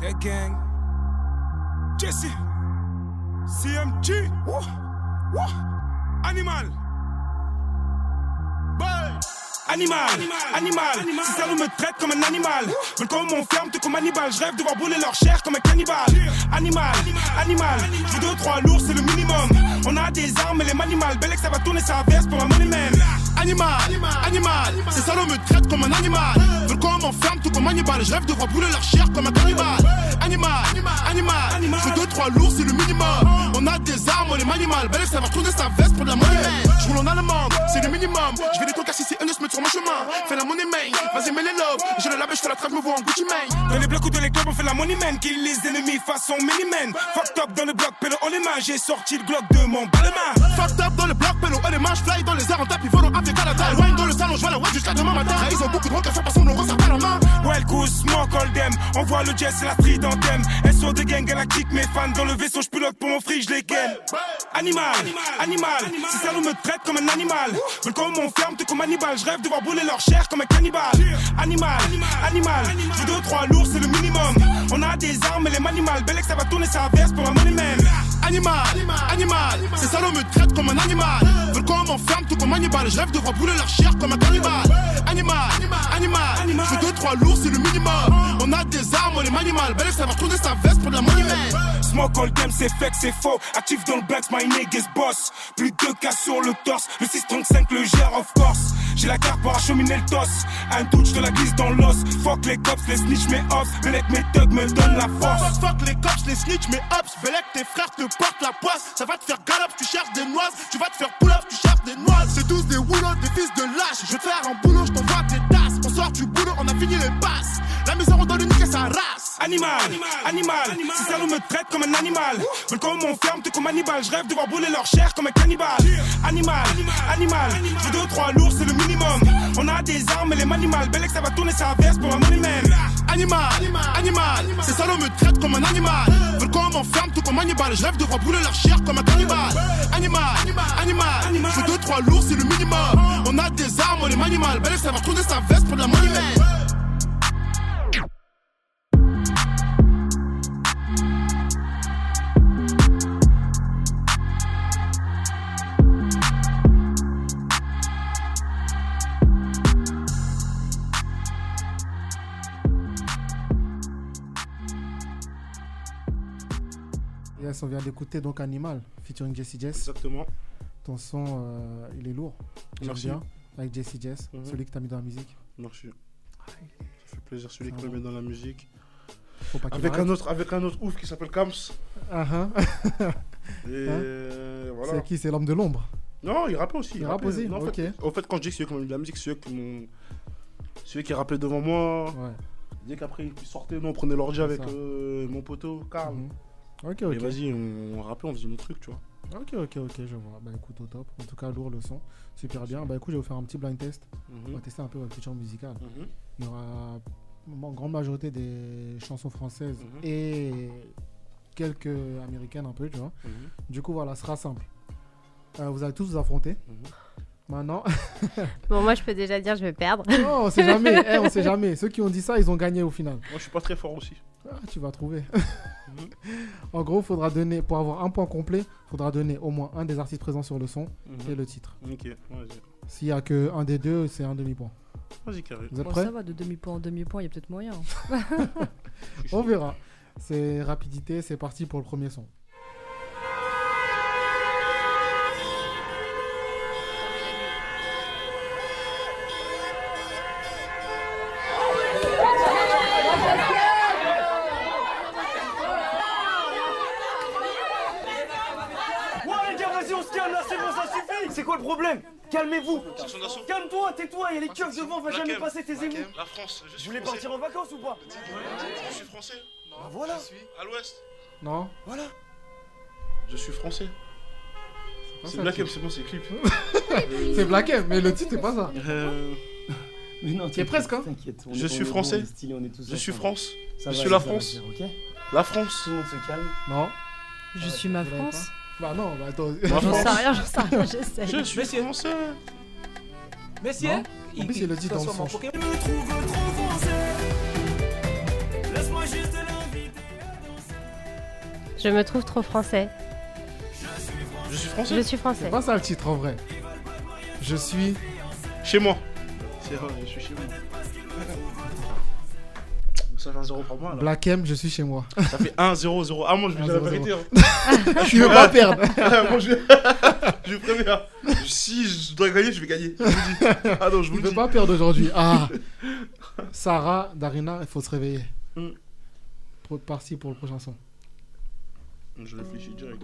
S13: That gang. Jesse. CMG. Woo. Woo. Animal. Boy.
S9: Animal, animal, si ça nous me traite comme un animal. Mais comme on ferme, t'es comme Hannibal. Je rêve de voir brûler leur chair comme un cannibale. Animal, animal, je veux deux, trois lourds, c'est le minimum. On a des armes et les manimales. Bellex, ça va tourner sa veste pour un money man.
S7: Animal, animal, ces salauds me traitent comme un animal. Veulent qu'on m'enferme tout comme animal. Je rêve de voir brûler leur chair comme un cannibale. Animal, animal, je fais deux, trois lourds, c'est le minimum. On a des armes, on est manimal. Belle, ça va tourner sa veste pour de la money man. Je roule en allemande, c'est le minimum. Je vais les coquer si c'est eux ne se mettent sur mon chemin. Fais la money main, vas-y, mets les lobes. Je le lave et je fais la trappe, je me vois en Gucci main.
S13: Dans les blocs ou dans les clubs, on fait la money man. Kill les ennemis façon mini man. Fuck top dans le bloc, pélo on les mains. J'ai sorti le Glock de mon balmain.
S7: Fucked up dans le bloc, pélo, et les manches fly dans les airs en tapis volant avec à la
S13: Ah.
S7: taille. Wine dans le salon, je vais la web jusqu'à demain matin. Et Ils ont beaucoup de rôle qu'à faire passer, on aura ça par la main.
S13: Well, cause more call them. On voit le jazz et la street anthem. Elles sont des gangs galactiques, mes fans. Dans le vaisseau, je pilote pour mon fric, je les ken. Animal, animal, si ça nous me traite comme un animal. Mais comme on ferme, t'es comme Hannibal. Je rêve de voir brûler leur chair comme un cannibale. Animal, animal, je veux deux, trois lourds, c'est le minimum. On a des armes et les manimales. Bellex, ça va tourner sa veste pour un money man.
S7: Animal, animal, ces salauds me traitent comme un animal. Veulent qu'on m'enferme tout comme animal. Je rêve de voir brûler leur chair comme un cannibale. Animal, animal, je fais deux, trois lourds, c'est le minimum. On a des armes, on est manimal. Belle, ça va tourner sa veste pour de la money man.
S13: Smoke all them, c'est fake, c'est faux. Actif dans le black, my niggas boss. Plus de cas sur le torse, le 635 le gère of course. J'ai la carte pour acheminer le toss. Un touch de la glisse dans l'os. Fuck les cops, les snitch, mes ops. Belek, mes thugs me donnent la force.
S7: Fuck, fuck les cops, les snitch, mes hops. Belek, tes frères te portent la poisse. Ça va te faire galop, tu cherches des noises. Tu vas te faire pull-up, tu cherches des noises. C'est tous des woulots, des fils de lâche. Je vais te faire un boulot, je t'envoie tes tasses. On sort du boulot, on a fini les passes. La maison, on donne une nique à sa race.
S13: Animal, animal, si ça nous me traite comme un animal. Mais comme on ferme, t'es comme Hannibal. Je rêve de voir brûler leur chair comme un cannibale. Animal, animal, je veux deux, trois lourds, c'est le minimum. On a des armes et les manimales. Belek, ça va tourner sa veste pour un money man.
S7: Animal, animal, ces salauds me traitent comme un animal. Veulent qu'on m'enferme tout comme animal. Je rêve de voir brûler leur chair comme un cannibale. Animal, animal, je fais deux, trois lourds, c'est le minimum. On a des armes, on est manimal. Belek, ça va tourner sa veste pour de la money man.
S2: Yes, on vient d'écouter donc Animal, featuring Jesse Jess.
S3: Exactement.
S2: Ton son, euh, il est lourd. J'aime
S3: Merci.
S2: bien. Avec Jesse Jess,
S3: Mhm.
S2: celui que t'as mis dans la musique.
S3: Merci. Ça fait plaisir, celui qui me met dans la musique.
S2: Faut pas qu'il
S3: avec,
S2: arrête.
S3: un autre, avec un autre ouf qui s'appelle Kams.
S2: Ah, hein.
S3: Et
S2: Hein
S3: voilà.
S2: C'est qui C'est l'homme de l'ombre.
S3: Non, il rappait aussi.
S2: Il rappe aussi,
S3: Non, en
S2: ok.
S3: fait, en fait, quand je dis que c'est eux qui m'ont mis de la musique, c'est eux qui m'ont. Celui qui rappelait devant moi. Dès qu'après ils sortaient, nous on prenait l'ordi
S2: C'est
S3: avec
S2: ça.
S3: euh, mon poteau, Karl.
S2: Mhm. Ok,
S3: Et
S2: ok.
S3: vas-y, on, on rappelait, on faisait nos trucs, tu vois.
S2: Ok, ok, ok, je vois. Bah écoute, au top. En tout cas, lourd le son. Super bien. Bah écoute, je vais vous faire un petit blind test.
S3: Mhm.
S2: On va tester un peu votre culture musicale. Il y aura en grande majorité des chansons françaises
S3: Mhm.
S2: et quelques américaines un peu, tu vois.
S3: Mhm.
S2: Du coup, voilà, ce sera simple. Euh, vous allez tous vous affronter.
S3: Mhm.
S2: Maintenant. [laughs]
S5: Bon, moi, je peux déjà dire, je vais perdre.
S2: non, on sait jamais. Eh, on sait jamais. Ceux qui ont dit ça, ils ont gagné au final.
S3: Moi je suis pas très fort aussi.
S2: Ah, tu vas trouver.
S3: Mhm.
S2: [laughs] en gros, faudra donner, pour avoir un point complet, faudra donner au moins un des artistes présents sur le son
S3: Mhm.
S2: et le titre.
S3: Ok, vas-y.
S2: S'il n'y a que un des deux, c'est un demi-point.
S3: Vas-y, carré.
S2: Vous êtes
S4: Bon,
S2: prêts
S4: ça va, de demi-point en demi-point, il y a peut-être moyen. hein.
S2: Ah, On verra. C'est rapidité, c'est parti pour le premier son.
S14: Ouais les gars, vas-y, on se calme là, c'est bon, ça suffit C'est quoi le problème Calmez-vous Calme-toi, tais-toi, il y a les keufs devant, va jamais passer tes émoux
S10: La France, je
S14: Vous
S10: suis
S14: voulez
S10: français.
S14: partir en vacances ou pas
S10: Je suis français.
S14: Bah voilà
S10: Je suis à l'ouest.
S2: Non
S14: Voilà
S3: Je suis français.
S2: pas
S3: C'est
S2: ça,
S3: Black
S2: tu-
S3: M, c'est bon, c'est clip.
S2: c'est Black M, mais le titre, c'est pas ça.
S3: Euh,
S15: Mais non,
S2: T'es presque, hein
S15: on
S3: Je
S15: est- on
S3: suis
S15: est bon, on
S3: français.
S15: est stylé, on est tous
S3: Je suis
S15: ensemble.
S3: France.
S15: Ça
S3: Je
S15: va,
S3: suis la
S15: ça va,
S3: France.
S15: ça va, ok
S3: La France.
S15: Tout le monde se calme.
S2: Non.
S4: Je suis ma
S2: Vous l'avez pas
S4: France.
S2: Bah [laughs] non, bah attends.
S4: J'en sais rien, j'en sais rien, j'essaye.
S3: Je suis français.
S14: Messieurs
S2: En plus, il le dit dans le son.
S14: Laisse-moi juste l'inviter
S5: Je me trouve trop français.
S3: Je suis
S5: français. Je suis français.
S2: C'est pas ça le titre en vrai. Je suis.
S3: Chez moi. C'est vrai, je suis chez moi. Donc [laughs] ça fait un 0 pour moi. alors.
S2: Black M, je suis chez moi.
S3: Ça fait 1-0-0. Ah, moi je vous dis la
S2: 1-0-0.
S3: vérité. hein. [laughs]
S2: Tu veux pas perdre.
S3: Ah, moi, je... [laughs] je vous [laughs] préviens. Si je dois gagner, je vais gagner. Je vous le [laughs] dis. Ah non, je vous
S2: Il
S3: le
S2: veut
S3: dis.
S2: pas perdre aujourd'hui. Ah Sarah, Darina, il faut se réveiller.
S3: Mm.
S2: Pro- Parti pour le prochain son.
S3: Je réfléchis direct.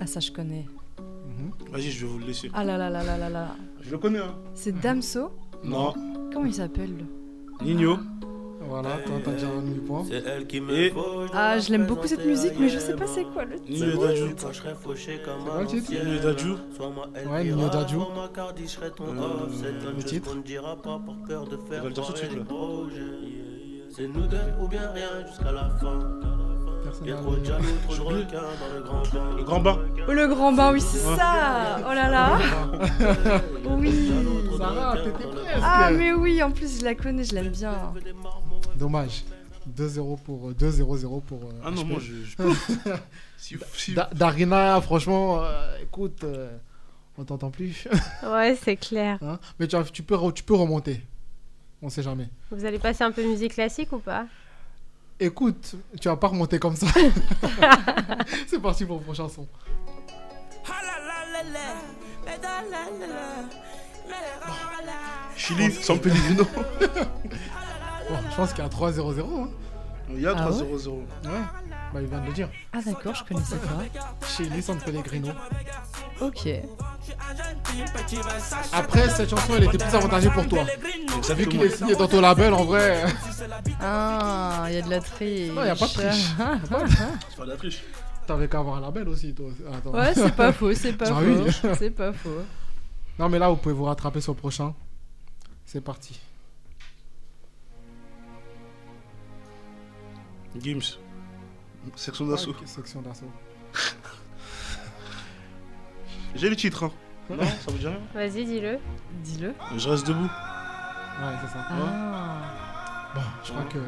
S4: Ah, ça, je connais.
S3: Vas-y, je vais vous le laisser.
S4: Ah là là là là là là.
S3: Je le connais, hein.
S4: C'est
S2: Hmm.
S4: Damso
S3: Non.
S4: Comment il s'appelle lui
S3: Nino.
S2: Voilà, toi, t'as déjà un demi-point.
S9: C'est elle qui me
S3: Et-
S9: faut, je
S4: Ah, je l'aime beaucoup cette
S9: présenter
S4: musique, mais je
S9: ailleurs.
S4: sais pas c'est quoi le
S9: Nino
S4: titre.
S9: Dadju. Quand je serai fauché comme
S2: quoi
S9: un
S2: le titre
S9: ancien.
S2: Nino Dadju.
S9: Sois ma El
S2: Ouais, Nino
S9: Pirate,
S2: Dadju. Euh,
S9: sois ma Cardi, je serai ton homme. C'est un
S2: le
S9: jeu
S2: titre.
S9: qu'on ne dira pas par peur de faire
S3: va le dire tout de
S9: foirer
S3: suite,
S9: les
S3: là.
S9: projets. C'est nous deux ou bien rien jusqu'à la fin. Y'a trop de jaloux, trop de requins dans le grand bain.
S3: Le grand bain.
S4: Oh, le grand bain, oui, c'est
S9: Ouais.
S4: ça Oh là là Oui
S2: Sarah, t'étais presque.
S4: Ah, mais oui, en plus, je la connais, je l'aime bien.
S2: Dommage. 2-0 pour. 2-0-0 pour. euh,
S3: Ah non,
S2: HP.
S3: moi, je- [laughs] je- Si- si-
S2: Da- Darina, franchement, euh, écoute, euh, on t'entend plus. [laughs]
S5: Ouais, c'est clair.
S2: Hein Mais tu, as- tu peux, re- tu peux remonter. On sait jamais.
S5: Vous allez passer un peu de musique classique ou pas
S2: Écoute, tu vas pas remonter comme ça. [laughs] C'est parti pour le prochain son.
S3: Chili, San [laughs] Pellegrino.
S2: Bon, je pense qu'il y a 3-0-0. hein.
S3: Il y a
S2: Ah
S3: 3-0-0.
S2: Ouais, bah il vient de le dire.
S4: Ah, d'accord, je connaissais
S2: pas. Chez lui, San Pellegrino.
S4: Ok.
S2: Après, cette chanson, elle était plus avantagée pour toi. Vu qu'il est signé dans ton label, en vrai.
S4: Ah, il y a de la triche.
S2: Non, [laughs] y a pas de triche. Y a pas de-
S3: C'est pas de la triche.
S2: T'avais qu'à avoir un label aussi, toi. Attends.
S4: Ouais, c'est pas faux, c'est pas
S2: Ah oui.
S4: faux. C'est pas faux.
S2: Non, mais là, vous pouvez vous rattraper sur le prochain. C'est parti.
S3: Gims. Section d'assaut.
S2: Ok, Section d'assaut.
S3: J'ai le titre, hein. Non, ça vous dit rien
S5: Vas-y, dis-le.
S4: Dis-le.
S3: Je reste debout.
S2: Ouais, c'est ça.
S4: Ah.
S2: Bon, je crois que.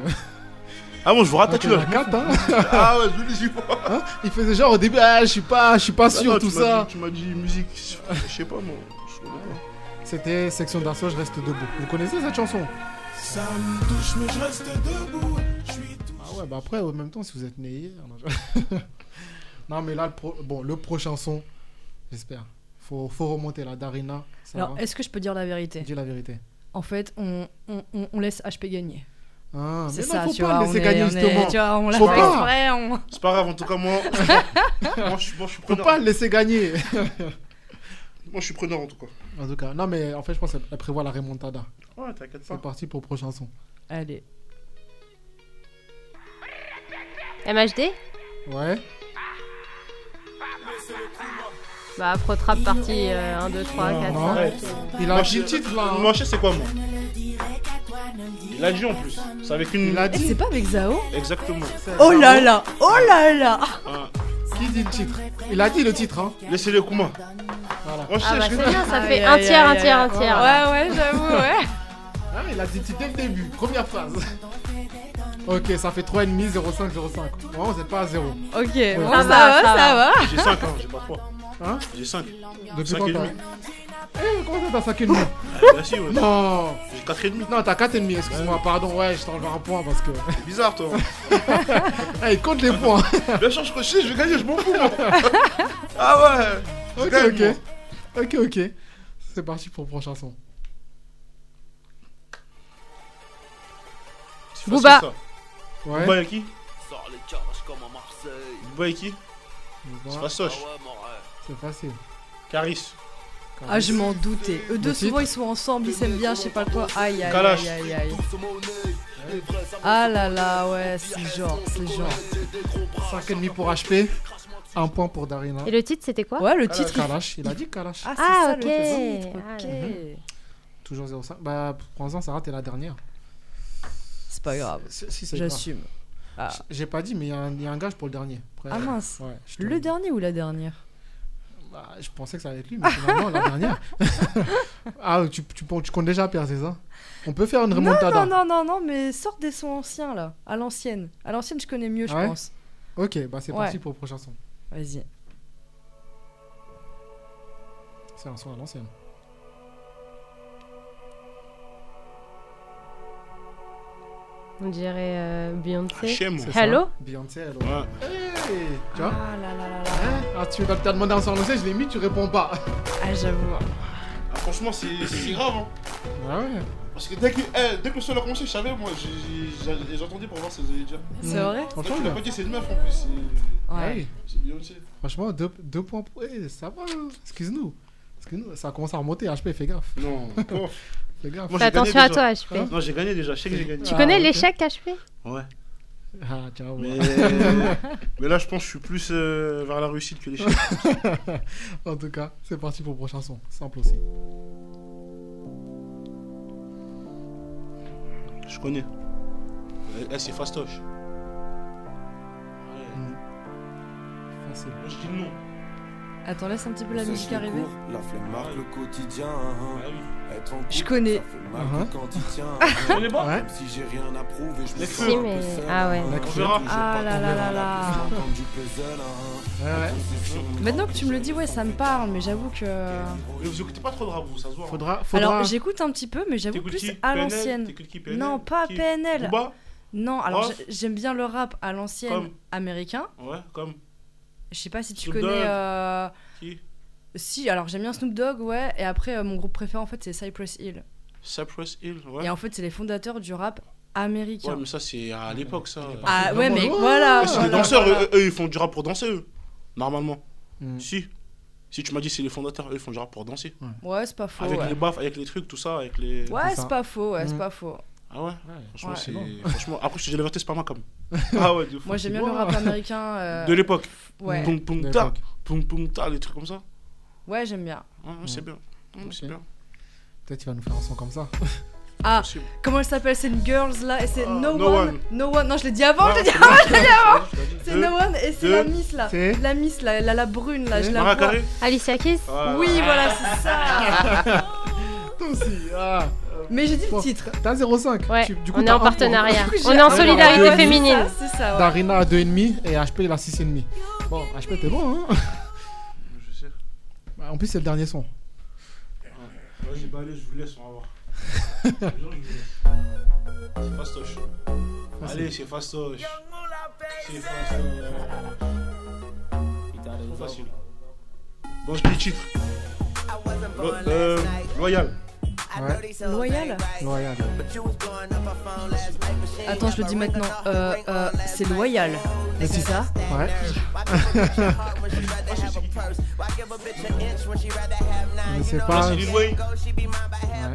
S3: Ah bon, je
S2: [laughs]
S3: vous rattaque
S2: Je crois
S3: là.
S2: qu'il y en a quatre, hein.
S3: Ah ouais, je le dis pas.
S2: [laughs] Hein Il faisait genre au début, ah, je suis pas, je suis pas sûr,
S3: Ah non,
S2: tout
S3: tu m'as
S2: ça.
S3: dit- Tu m'as dit musique, je sais pas moi. Je connais pas.
S2: C'était Section d'assaut, je reste debout. Vous connaissez cette chanson
S14: Ça me touche, mais je reste debout. Je suis
S2: Ah ouais, bah après, en même temps, si vous êtes né hier. non, je- [laughs] non, mais là, le, pro- bon, le prochain son, j'espère. Faut, faut remonter la Darina. ça
S4: Alors,
S2: va
S4: est-ce que je peux dire la vérité
S2: Dis la vérité.
S4: En fait, on, on- on- on laisse HP gagner.
S2: Ah,
S4: C'est
S2: mais non,
S4: ça,
S2: faut
S4: tu
S2: pas
S4: vois,
S2: le
S4: on
S2: laisser
S4: est-
S2: gagner
S4: on est-
S2: justement.
S4: tu vois, on l'a
S2: Faut
S4: fait
S2: pas.
S4: exprès, on-
S3: C'est pas grave, en tout cas, moi.
S2: [laughs]
S3: moi, je suis, moi, je
S2: Faut
S3: suis preneur.
S2: pas le laisser gagner. [laughs]
S3: Moi, je suis preneur, en tout cas.
S2: En tout cas, non, mais en fait, je pense qu'elle prévoit la remontada.
S3: Ouais, t'inquiète pas.
S2: C'est parti pour le prochain son.
S4: Allez.
S5: MHD
S2: Ouais.
S5: Bah, Afro Trap euh, partie 1, 2, 3,
S3: Ah,
S2: Ah,
S5: 4, 5.
S3: Il a dit le titre là.
S2: hein.
S3: Moi, je sais c'est quoi, moi. Il a dit en plus. C'est avec une.
S4: Eh, C'est pas avec [laughs] Zao
S3: Exactement.
S4: Oh là là Oh là là
S2: Qui dit le titre Il a dit le titre, hein.
S3: Laissez le Kuma.
S2: Voilà.
S3: Moi, je sais,
S5: Ah,
S3: je connais.
S5: bah, ça fait un tiers, un tiers, un tiers.
S2: Voilà.
S5: Ouais, ouais, j'avoue, ouais.
S2: Ah, il a dit le titre dès le début, première phrase. Ok, ça fait 3,5, 0,5, 0,5. Vraiment, c'est Oh, pas à 0.
S4: Ok, bon, ça va, ça va.
S3: J'ai 5 ans, j'ai pas 3.
S2: Hein
S3: J'ai 5.
S2: Depuis
S3: 5
S2: quand
S3: et
S2: t'as
S3: demi.
S2: Eh, comment ça, t'as
S4: [laughs]
S2: 5,5
S3: Ah, Bien sûr, ouais.
S2: Non
S3: J'ai 4,5.
S2: Non, t'as 4,5, excuse-moi, pardon, ouais, je t'enlève un point parce que. [laughs]
S3: C'est bizarre, toi.
S2: Eh, il compte les [laughs] points
S3: Bien sûr, je cochais, je vais gagner, je m'en
S2: [laughs]
S3: fous, moi. Ah ouais.
S2: Ok,
S3: Gagne,
S2: ok.
S3: moi.
S2: Ok, ok. C'est parti pour le prochain son.
S3: facile,
S2: Booba.
S3: ça.
S2: Ouais.
S3: Booba et qui
S9: Sors les charges comme à Marseille.
S3: Booba et qui
S2: Booba.
S3: C'est fastoche.
S9: Ah ouais, mon rêve.
S2: C'est facile.
S3: Caris.
S4: Ah, je m'en doutais. Eux deux,
S2: Le titre
S4: souvent, ils sont ensemble, ils s'aiment bien, je sais pas quoi. Aïe, aïe,
S3: Kalash.
S4: aïe, aïe, aïe. Ah là là, ouais, c'est genre, c'est genre.
S2: 5,5 pour HP, 1 point pour Darina.
S5: [laughs] Et le titre, c'était quoi
S4: Ouais, le
S2: Kalash.
S4: titre.
S2: Kalash, il a dit Kalash.
S4: Ah,
S5: Ah,
S4: c'est ça, le
S5: ok.
S4: titre, ok.
S5: Ah,
S2: Toujours 0,5. Bah, prends-en, Sarah, t'es la dernière.
S4: C'est pas grave.
S2: Si, si, c'est
S4: J'assume.
S2: grave. J- J'ai pas dit, mais il y, a un- il y a un gage pour le dernier. Après, euh,
S4: Ah mince.
S2: ouais, je, te-
S4: Le dernier ou la dernière
S2: bah, je pensais que ça allait être lui, mais finalement, la dernière.
S4: [laughs]
S2: ah, tu, tu, tu comptes déjà Pierre, c'est ça On peut faire une
S4: non,
S2: remontada
S4: non, non, non, non, mais sors des sons anciens là, à l'ancienne. À l'ancienne, je connais mieux, je
S2: Ouais
S4: pense.
S2: Ok, bah c'est
S4: Ouais.
S2: parti pour le prochain son.
S4: Vas-y.
S2: C'est un son à l'ancienne.
S5: On dirait euh,
S3: Ah,
S5: Beyoncé.
S2: Chez moi.
S5: Hello
S2: Beyoncé, hello.
S3: Ouais.
S2: Hey, tu vois
S4: Ah là là là là.
S2: Hein Ah, tu quand t'as demandé un son à l'ancienne, je l'ai mis, tu réponds pas. [laughs]
S4: Ah, j'avoue.
S3: Ah, franchement, c'est c'est grave, hein.
S2: Ah ouais.
S3: Parce que dès que, eh, dès que le sol a commencé, je savais, moi, j'ai- j'ai- j'attendais pour voir si vous allez dire.
S4: C'est
S2: Mm.
S4: vrai
S3: Franchement,
S2: Franchement,
S3: je l'ai
S2: là.
S3: pas dit, c'est une meuf en plus. c'est-
S2: Ah
S4: Ouais.
S2: oui.
S3: C'est Beyoncé.
S2: Franchement, deux, deux points pour. Eh, ça va, hein. excuse-nous. Excuse-nous, ça commence à remonter, HP, fais gaffe.
S3: [laughs] Non. Moi,
S2: Fais gaffe. [laughs]
S3: j'ai
S5: Fais attention
S3: gagné
S5: à
S3: déjà.
S5: toi, HP.
S3: Non, j'ai gagné déjà, je sais que j'ai gagné.
S5: Tu
S4: Ah,
S5: connais
S2: ok.
S5: l'échec, HP
S3: Ouais.
S2: Ah, ciao.
S3: Mais... mais là, je pense que je suis plus euh, vers la réussite que l'échec.
S2: en tout cas, c'est parti pour le prochain son. Simple aussi.
S3: je connais. Eh, eh, c'est fastoche. Ouais.
S2: Facile.
S3: Moi, je dis non.
S4: Euh, Attends, laisse un petit peu la
S9: Sèche
S4: musique
S9: le
S4: arriver.
S9: cours, La flemme marque le quotidien. hein. Être en couple,
S4: Je connais. Uh-huh.
S9: ça fait mal que quand il tient,
S4: [laughs]
S3: Je
S9: hein.
S3: connais pas.
S9: Même si j'ai rien à prouver, je me
S3: Nekfeu.
S9: sens
S5: Si,
S9: un peu
S5: mais-
S9: seul,
S5: ah ouais.
S9: hein.
S2: Nekfeu.
S9: Je vais toujours
S4: Ah
S9: pas tomber
S4: là là
S9: dans
S4: là là.
S9: la question quand du puzzle, hein.
S2: Ouais, ouais.
S4: Maintenant que tu me le dis, ouais, ça me parle, mais j'avoue que.
S3: Mais vous écoutez pas trop de rap, vous, ça se voit. hein.
S2: Faudra. faudra...
S4: Alors, j'écoute un petit peu, mais j'avoue
S3: T'écoutes
S4: plus
S3: qui
S4: à
S3: PNL?
S4: l'ancienne.
S3: T'écoutes qui, PNL?
S4: Non, pas
S3: Qui
S4: PNL.
S3: Booba
S4: Non, alors
S3: Prof
S4: j'ai- j'aime bien le rap à l'ancienne
S3: Comme
S4: américain.
S3: Ouais, comme.
S4: Je sais pas si tu
S3: Snoop Dogg.
S4: connais. euh,
S3: Qui
S4: Si, alors j'aime bien Snoop Dogg, ouais. Et après, euh, mon groupe préféré en fait, c'est Cypress Hill.
S3: Cypress Hill, ouais.
S4: Et en fait, c'est les fondateurs du rap
S3: Ouais,
S4: américain.
S3: mais ça, c'est à l'époque, ça.
S4: Ah
S2: C'est
S4: ouais,
S2: vraiment
S4: mais
S2: loin.
S4: voilà.
S3: Eh, c'est
S4: voilà,
S3: les danseurs,
S4: voilà.
S3: eux, eux, ils font du rap pour danser, eux. Normalement.
S2: Mm.
S3: Si. Si tu m'as dit c'est les fondateurs, eux, ils font du rap pour danser.
S4: Ouais, c'est pas faux.
S3: avec
S4: ouais,
S3: les baffes, avec les trucs, tout ça, avec les.
S4: Ouais,
S2: C'est ça.
S4: c'est pas faux, ouais,
S2: Mm.
S4: c'est pas faux.
S3: Ah ouais
S2: Ouais.
S3: Franchement,
S4: Ouais.
S3: c'est.
S2: C'est bon.
S3: Franchement, après, je te dis la vérité, c'est pas ma comme. [laughs] Ah ouais, de fou.
S4: Moi, j'aime bien
S2: Wow.
S4: le rap américain. euh,
S3: De l'époque.
S4: Ouais,
S3: Poum, poum,
S2: De
S3: ta.
S2: l'époque.
S3: Poum, poum, ta, les trucs comme ça.
S4: ouais, j'aime bien.
S3: Ouais, ouais, c'est bien. Ouais,
S2: Ok.
S3: C'est bien.
S2: Peut-être il va nous faire un son comme ça.
S4: Ah,
S3: Possible.
S4: comment elle s'appelle C'est une girls là et c'est
S3: Ah,
S4: no,
S3: No
S4: one,
S3: One.
S4: no one. Non, je l'ai dit avant,
S3: Ouais,
S4: je l'ai dit
S3: c'est bien, c'est bien, c'est
S4: C'est
S3: bien.
S4: No One et c'est
S3: deux,
S4: la Miss
S5: Ah.
S4: là.
S2: c'est-
S4: La Miss là, la, la brune là, je
S2: C'est-
S4: la
S3: Mara
S4: vois.
S3: Carré Ah,
S5: Alicia Keys
S3: Ouais.
S4: Oui, voilà, c'est ça.
S2: Toi aussi. Ah.
S4: Mais j'ai dit
S2: Bon,
S4: le titre.
S2: T'as 0,5.
S5: Ouais,
S2: Tu- du coup,
S5: on est
S2: t'as
S5: en
S2: un point. [laughs]
S4: Du
S5: partenariat.
S4: coup,
S5: on
S4: j'ai-
S5: est en
S4: Ouais,
S5: solidarité
S4: ouais, ouais,
S5: féminine.
S4: C'est ça, c'est ça, ouais.
S2: Darina à 2,5 et HP il a 6,5. Bon, HP t'es bon, hein
S3: Je sais.
S2: Bah, En plus, c'est le dernier son.
S3: Vas-y, bah allez, je vous laisse, on va voir. Je vous jure, je vous laisse. C'est fastoche. Allez, c'est fastoche. C'est fastoche. Trop facile. Bon, je dis titre. Lo- euh, loyal.
S4: Loyal
S2: Loyal.
S4: Attends, je le dis maintenant. Euh, euh, c'est loyal.
S2: Mais
S4: C'est
S2: si-
S4: ça
S2: Ouais. [laughs] Mais c'est pas.
S4: c'est Lil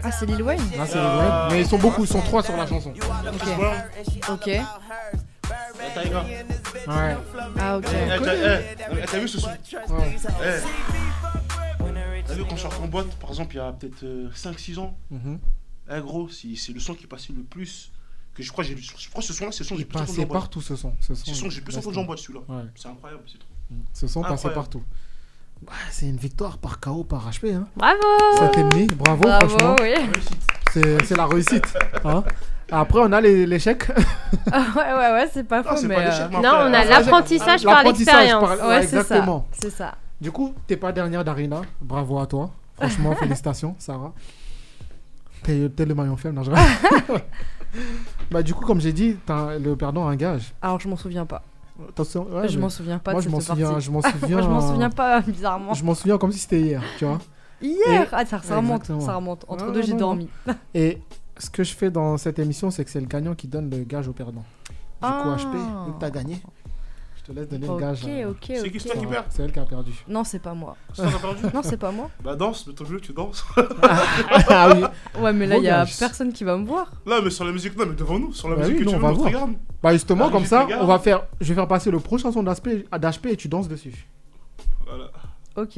S4: Ah, c'est Lil Wayne
S2: Là, c'est Lil Wayne. Mais ils sont beaucoup, ils sont trois sur la chanson.
S4: Ok. Ok.
S3: La Taiga.
S2: Ouais.
S4: Ah, ok.
S3: Eh, t'as- eh, eh, T'as vu ce son
S2: Ouais.
S3: Eh. T'as vu quand je sortais en boîte, par exemple, il y a peut-être euh, 5-6 ans
S2: Mhm.
S3: Eh gros, c'est c'est le son qui passait le plus. Que je crois, que j'ai- je crois que ce son-là, c'est le son que j'ai
S2: Il
S3: plus entendu en
S2: passait
S3: boîte.
S2: partout ce son. Ce son,
S3: Ce son, j'ai plus
S2: laisse
S3: entendu en
S2: tomber.
S3: boîte celui-là.
S2: Ouais.
S3: C'est incroyable, c'est trop.
S2: Ce son passait
S3: Incroyable.
S2: partout. Bah, c'est une victoire par KO, par HP. Hein.
S5: Bravo
S2: 7,5, bravo,
S5: Bravo,
S2: franchement.
S5: oui.
S2: C'est c'est la réussite. hein. Après, on a les- l'échec.
S4: [laughs] Ah, ouais, ouais, ouais, c'est pas faux,
S5: c'est
S4: mais.
S5: pas
S4: euh,
S5: l'échec, mais Non,
S3: Ah,
S5: après, on a euh, l'apprentissage par
S2: L'apprentissage par-
S5: l'expérience.
S2: ouais,
S4: Ouais, c'est ça.
S2: exactement.
S4: C'est ça.
S2: Du coup, t'es pas dernière d'Arena. Bravo à toi.
S4: [laughs]
S2: Franchement, félicitations, Sarah. T'es t'es le maillon faible, non, je
S4: [laughs]
S2: rigole. Bah, du coup, comme j'ai dit, t'as- le perdant a un gage.
S4: Alors, je m'en souviens pas.
S2: Attention, ouais,
S4: je
S2: Ah, mais-
S4: m'en souviens pas
S2: moi,
S4: de
S2: je
S4: cette
S2: m'en souviens,
S4: partie.
S2: je m'en souviens.
S4: [laughs] moi, je m'en souviens pas, [laughs] bizarrement.
S2: Je m'en souviens comme si c'était hier, tu vois.
S4: Hier
S2: Et-
S4: Ah, ça, ça remonte,
S2: Exactement.
S4: ça remonte. Entre
S2: Ouais,
S4: deux, j'ai
S2: non, non.
S4: dormi.
S2: Et ce que je fais dans cette émission, c'est que c'est le gagnant qui donne le gage au perdant. Du
S4: Ah.
S2: coup, HP, vu que t'as gagné, je te laisse donner
S4: Ok,
S2: le gage.
S4: ok,
S2: euh,
S4: ok. C'est qui, c'est toi qui
S2: Sarah.
S4: perds
S2: C'est elle qui a perdu. [laughs]
S4: Non, c'est pas moi.
S2: C'est toi qui as perdu
S4: Non, c'est pas moi.
S3: Bah danse, mais ton jeu, tu danses. [laughs]
S2: ah oui.
S4: Ouais, mais là, il y a
S2: Bogage.
S4: personne qui va me voir.
S3: Là, mais sur la musique, non, mais devant nous, sur la
S2: Bah
S3: musique
S2: oui,
S3: que
S2: nous,
S3: tu
S2: on
S3: veux,
S2: va
S3: nous,
S2: voir.
S3: regarde.
S2: Bah justement,
S3: La
S2: comme
S3: musique,
S2: ça,
S3: regarde.
S2: on va faire, je vais faire passer le prochain son d'HP à d'HP et tu danses dessus.
S3: Voilà.
S4: Ok.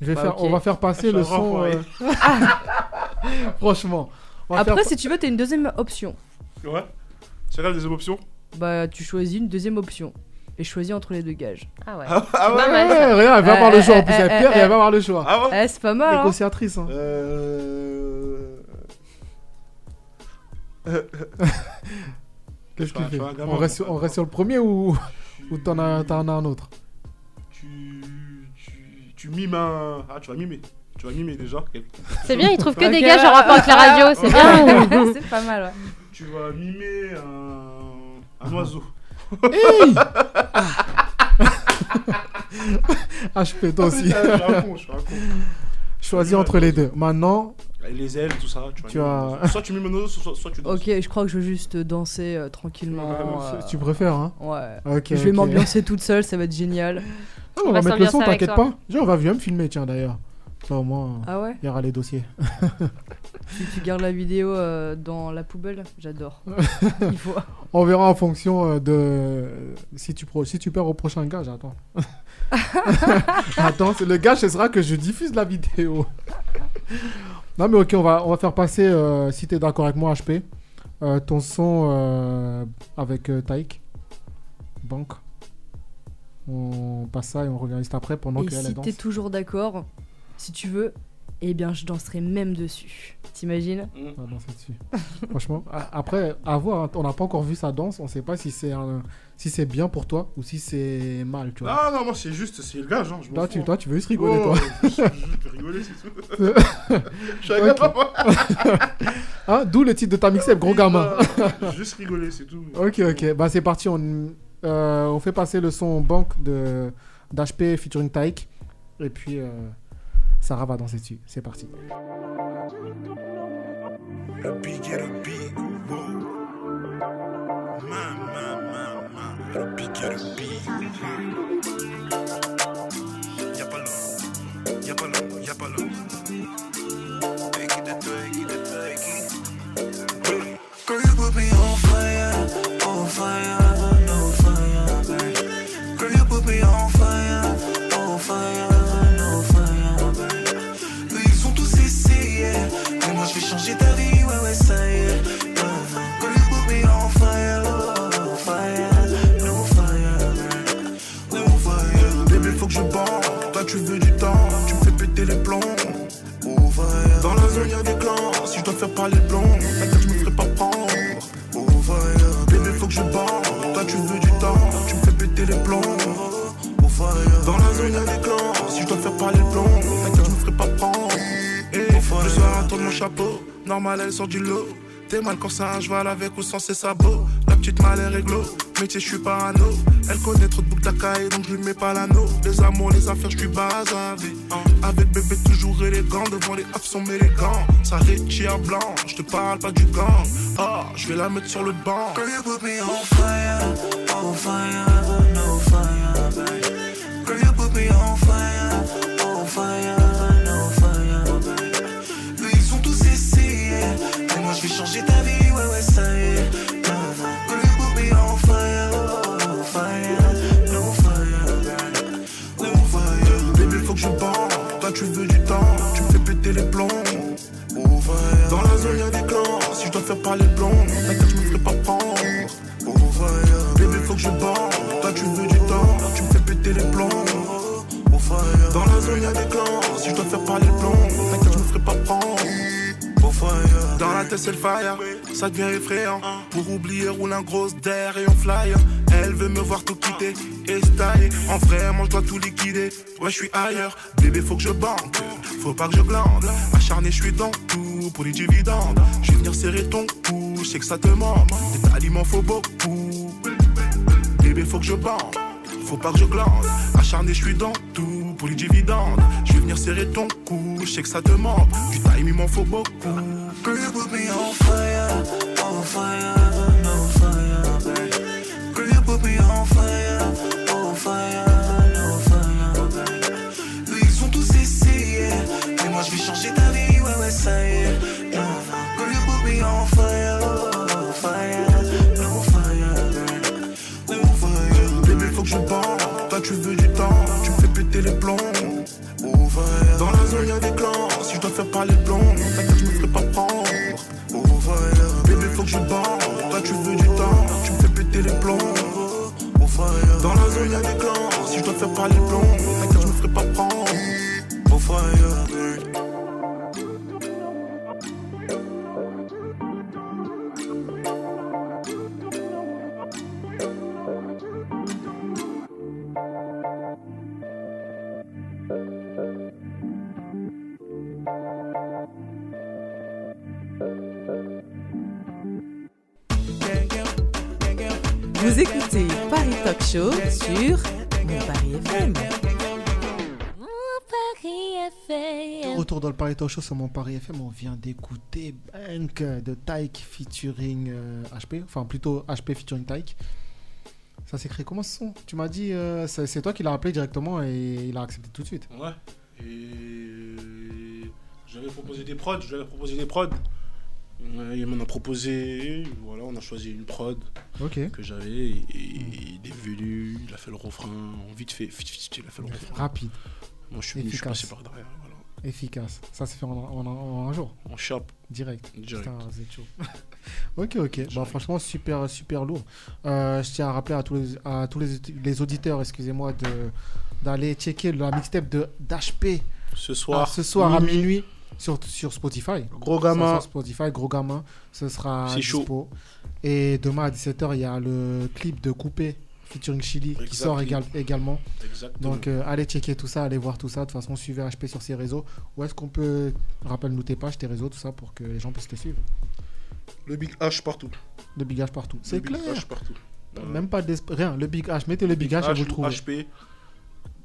S2: Je vais
S4: Bah,
S2: faire,
S4: ok.
S2: on va faire passer le son. euh, [laughs] Franchement, on va
S4: Après,
S2: faire-
S4: si tu veux, t'as une deuxième option.
S3: Ouais. C'est grave des options.
S4: Bah, tu choisis une deuxième option. Et choisis entre les deux gages.
S5: Ah ouais.
S3: Ah ouais,
S2: ouais, regarde, elle va avoir le choix. En
S4: Euh,
S2: plus, elle perd et elle va avoir le choix.
S3: Ah,
S4: Eh, c'est pas mal. [laughs] hein.
S2: Négociatrice. hein. Euh, Qu'est-ce que
S3: Je
S2: tu
S3: suis un- je
S2: fais
S3: suis un gamin,
S2: on reste, sur, on reste sur le premier ou, ou t'en as, t'en as un autre
S3: Tu mimes un. Ah, tu vas mimer. Tu vas mimer déjà.
S5: C'est bien, il trouve que
S3: Ok.
S5: des gages en rapport avec la radio, c'est
S4: [laughs]
S5: bien.
S4: C'est pas mal, ouais.
S3: Tu vas mimer
S2: Ah.
S3: un. Un oiseau.
S2: Hey [laughs] HP, Ah. toi aussi.
S3: Ah, putain, je suis un con, je suis un con.
S2: Choisis entre les deux. Maintenant,
S3: Les ailes, tout ça. Tu vas
S2: Tu
S3: mimer
S2: as-
S3: un oiseau. Soit tu mimes un oiseau, soit, soit tu danses.
S4: Ok, je crois que je vais juste danser euh, tranquillement. euh,
S2: tu préfères, hein
S4: Ouais.
S2: Ok,
S4: je vais
S2: ok.
S4: m'ambiancer toute seule, ça va être génial.
S2: Ah, on, va mettre le son, t'inquiète pas. Genre, on va bien me filmer, tiens d'ailleurs. Ça au moins, euh,
S4: Ah ouais
S2: il y aura les dossiers.
S4: Si tu gardes la vidéo euh, dans la poubelle,
S2: [laughs]
S4: j'adore. Il faut.
S2: on verra en fonction euh, de si tu pro- si tu perds au prochain gage. Attends. attends, c'est- le gage ce sera que je diffuse la vidéo. non mais ok, on va on va faire passer euh, si t'es d'accord avec moi HP euh, ton son euh, avec euh, Taïk Bank. On passe ça et on revient juste après pendant
S4: Et
S2: qu'elle elle
S4: si
S2: danse.
S4: t'es toujours d'accord, si tu veux, eh bien je danserai même dessus. T'imagines
S2: On va danser Ah, dessus. Franchement, a- après, à voir, hein. on n'a pas encore vu sa danse, on sait pas si c'est un- si c'est bien pour toi ou si c'est mal, tu vois.
S3: Ah non, moi c'est juste, c'est le gage. Hein, je m'en
S2: Toi,
S3: fous,
S2: tu-
S3: hein.
S2: toi, tu veux juste rigoler, toi.
S3: Oh, Je je-
S2: [laughs]
S3: je peux rigoler, c'est tout. Je suis un
S2: Ok.
S3: gamin, moi.
S2: Hein, D'où le titre de [laughs] ta mixtape, gros gamin.
S3: Je veux Juste rigoler, c'est tout.
S2: [laughs] ok, ok, bah c'est parti, on, euh, on fait passer le son banque de d'HP featuring Taïk. Et puis, euh, Sarah va danser dessus. C'est parti.
S9: Le big et le big, wow. Ma, ma, ma, ma. Le big et le big. Y'a pas l'homme, y'a pas l'homme, y'a pas l'homme. Take it, take it, take it. Girl, you put me on fire, on fire, no fire, babe. Girl, you put me on fire, on fire, no fire, babe. Eux, ils ont tous essayé. Mais moi, je vais changer ta vie, ouais, ouais, ça y est. Yeah. Girl, you put me on fire, oh, fire, no fire, no fire.
S7: Bébé, faut que je bande. Toi, tu veux du temps, tu me fais péter les plombs. Oh, va- Dans la zone, y'a des clans. Si je dois faire parler blond, t'inquiète, je me ferai pas prendre. Oh, va- Bébé, faut que je bande. Toi, tu veux du temps, tu me fais péter les plombs. Oh, va- Dans la zone, y'a des clans. Si je dois faire parler blond, t'inquiète, je me ferai pas prendre. Eh, Je soir, attends mon chapeau. Normal, elle sort du lot. T'es mal quand ça, je vais à l'avec ou sans ses sabots. La Petite malheur réglo, mais tu sais, je suis parano. Elle connaît trop de boucles d'acai, donc je lui mets pas l'anneau. Les amours, les affaires, je suis basavé. hein. Avec bébé, toujours élégant, devant les apps, sont élégants. Ça retire blanc, je te parle pas du gang. Ah, je vais la mettre sur le banc. Girl, you put me on fire, on fire, but no fire, babe. Girl, you put me on fire, on fire, but no fire, babe. Eux ils ont tous essayé Mais moi je vais changer ta vie, ouais ouais ça y est Girl you put me on fire, oh, fire, no fire, girl. no fire Bébé faut que je bande, toi tu veux du temps, tu me fais péter les plombs Oh, fire. Dans la zone y'a des clans, si je dois faire parler blond, t'inquiète je me ferai pas prendre Oh, fire. Bébé faut que je bande, toi tu veux du temps, tu me fais péter les plombs Oh, fire. Dans la zone y'a des clans, si je dois faire parler blond, t'inquiète je me ferai pas prendre au fire. Dans la tête c'est le fire, ça devient effrayant Pour oublier roule un gros d'air et on fly Elle veut me voir tout quitter et style En vraiment je dois tout liquider Ouais je suis ailleurs Bébé faut que je banque Faut pas que je glande Acharné je suis dans tout pour les dividendes Je vais venir serrer ton cou Je sais que ça te manque Des aliments faut beaucoup Bébé faut que je banque faut pas que je glande, acharné je suis dans tout pour les dividendes. Je vais venir serrer ton cou, je sais que ça te manque, du time il m'en faut beaucoup. Girl you put me on fire, on fire, but no fire, babe. Girl you put me on fire, on fire, but no fire, babe. Eux ils ont tous essayé, mais moi je vais changer ta vie, ouais ouais ça y est. Yeah. Girl you put me on fire, oh, fire, no fire, babe. Mon fire. Bébé, faut que je bande. Toi, tu veux du temps, tu me fais péter les plombs. Oh, fire. Dans la zone, y'a des clans. Si je dois faire parler blond, t'inquiète, je me ferai pas prendre. Oh, fire. Bébé, faut que je bande. Toi, tu veux du temps, tu me fais péter les plombs. Oh, fire. Dans la zone, y'a des clans. Si je dois faire parler blond, t'inquiète, je me ferai pas prendre. Oh, fire.
S12: Vous écoutez Paris Talk Show sur Mon Paris FM.
S2: De Retour dans le Paris Talk Show sur mon Paris FM. On vient d'écouter Bank de Tyke featuring euh, HP. Enfin, plutôt HP featuring Tyke. Ça s'écrit comment ce son Tu m'as dit, euh, c'est c'est toi qui l'as appelé directement et il a accepté tout de suite.
S3: Ouais. Et j'avais proposé des prods, j'avais proposé des prods. Euh, Il m'en a proposé, voilà, on a choisi une prod
S2: Ok.
S3: que j'avais et, et
S2: Hmm.
S3: il est venu, il a fait le refrain, en vite fait, vite, vite, il a fait le refrain.
S2: Rapide.
S3: Moi je suis, venu, je suis passé par derrière, voilà.
S2: Efficace. Ça s'est fait en, en- en un jour.
S3: On chope.
S2: Direct.
S3: Direct.
S2: Putain, vous êtes chaud. [laughs] ok, ok. Bah, franchement, super, super lourd. Euh, je tiens à rappeler à tous les, à tous les, les auditeurs, excusez-moi, de d'aller checker la mixtape de d'HP
S3: Ce soir.
S2: Ah, ce soir à
S3: Minuit.
S2: minuit sur, sur Spotify.
S3: Gros gamin.
S2: Ça, Sur Spotify, gros gamin. Ce sera
S3: C'est chaud.
S2: dispo. Et demain à 17h, il y a le clip de Coupé featuring Chili qui sort
S3: Exactement.
S2: égal- également.
S3: Exactement.
S2: Donc euh, allez checker tout ça, allez voir tout ça. De toute façon, suivez HP sur ses réseaux. Où est-ce qu'on peut. Rappelle-nous tes pages, tes réseaux, tout ça pour que les gens puissent te suivre.
S3: Le Big H partout.
S2: Le Big H partout. C'est
S3: Le Big
S2: clair.
S3: H euh, partout. Euh, Ouais.
S2: Même pas d'esprit. Rien, le Big H. Mettez le Big, H, et vous le
S3: ou
S2: trouvez.
S3: HP.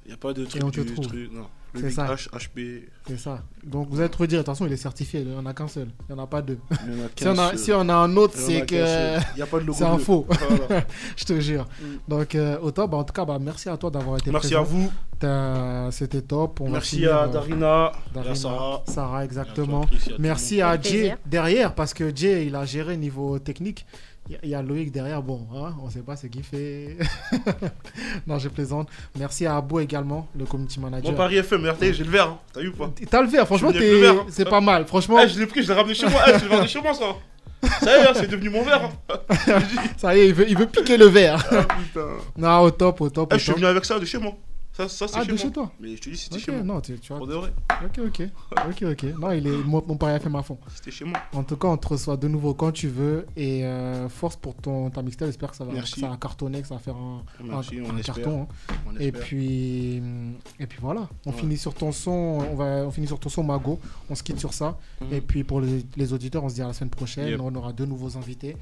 S3: Il a pas de truc
S2: on te
S3: du
S2: trouve.
S3: truc. Non. Le
S2: C'est
S3: Big
S2: ça.
S3: H,
S2: [laughs]
S3: HP.
S2: C'est ça. Donc vous allez trouver dire, attention, il est certifié, il n'y en a qu'un seul, il n'y en a pas deux.
S3: Il y en
S2: si, on a,
S3: a qu'un seul.
S2: si on a un autre,
S3: Il y en
S2: c'est
S3: a qu'un
S2: que
S3: seul. Il y a pas de logo
S2: c'est un
S3: bleu.
S2: faux.
S3: [laughs] Voilà.
S2: [laughs] Je te jure. Donc euh, au top, Bah, en tout cas, bah, merci à toi d'avoir été
S3: Mm. Merci
S2: présent.
S3: à vous.
S2: T'as- C'était top. On va
S3: Merci
S2: finir,
S3: à
S2: euh,
S3: Darina, et à
S2: Darina,
S3: Sarah.
S2: Sarah, exactement.
S3: Chris, et à tout
S2: Merci
S3: le
S2: à
S3: monde. Avec
S2: Jay
S3: plaisir.
S2: derrière, parce que Jay, il a géré niveau technique. Il y a- il y a Loïc derrière, bon, hein, on sait pas ce qu'il fait. [laughs] non, je plaisante. Merci à Abou également, le community manager.
S3: Mon Paris FM, RT, j'ai le verre. hein. T'as eu ou pas
S2: T'as le verre, franchement,
S3: Tu me lèves
S2: t'es-
S3: le verre, hein.
S2: c'est pas mal. Franchement,
S3: Eh, je l'ai pris, je l'ai ramené chez moi. Eh, je l'ai ramené chez moi, ça. Ça y est, hein, c'est devenu mon verre. hein.
S2: ça y est, il veut, il veut piquer le verre. [laughs]
S3: putain.
S2: non, au top, au top.
S3: Eh,
S2: au
S3: je suis
S2: top.
S3: venu avec ça de chez moi. Ça, ça c'est
S2: Ah,
S3: chez
S2: de
S3: moi.
S2: chez toi
S3: Mais je te dis, c'était
S2: Ok,
S3: chez moi.
S2: non, tu, tu vois.
S3: Pour de vrai.
S2: Ok, ok. [laughs] Ok, ok. Non, il est, moi, mon pari a fait ma fond.
S3: C'était chez moi.
S2: En tout cas, on te reçoit de nouveau quand tu veux. Et euh, force pour ton, ta mixtape. J'espère que ça va,
S3: Merci.
S2: que ça va cartonner, que ça va faire un,
S3: Merci,
S2: un-
S3: on
S2: un
S3: espère.
S2: carton. hein.
S3: On
S2: et,
S3: espère.
S2: puis, hum, et puis voilà. On,
S3: Ouais.
S2: finit sur ton son, on, va, on finit sur ton son Mago. On se quitte sur ça.
S3: Mhm.
S2: Et puis pour les, les auditeurs, on se dit à la semaine prochaine.
S3: Yep.
S2: On aura deux nouveaux invités.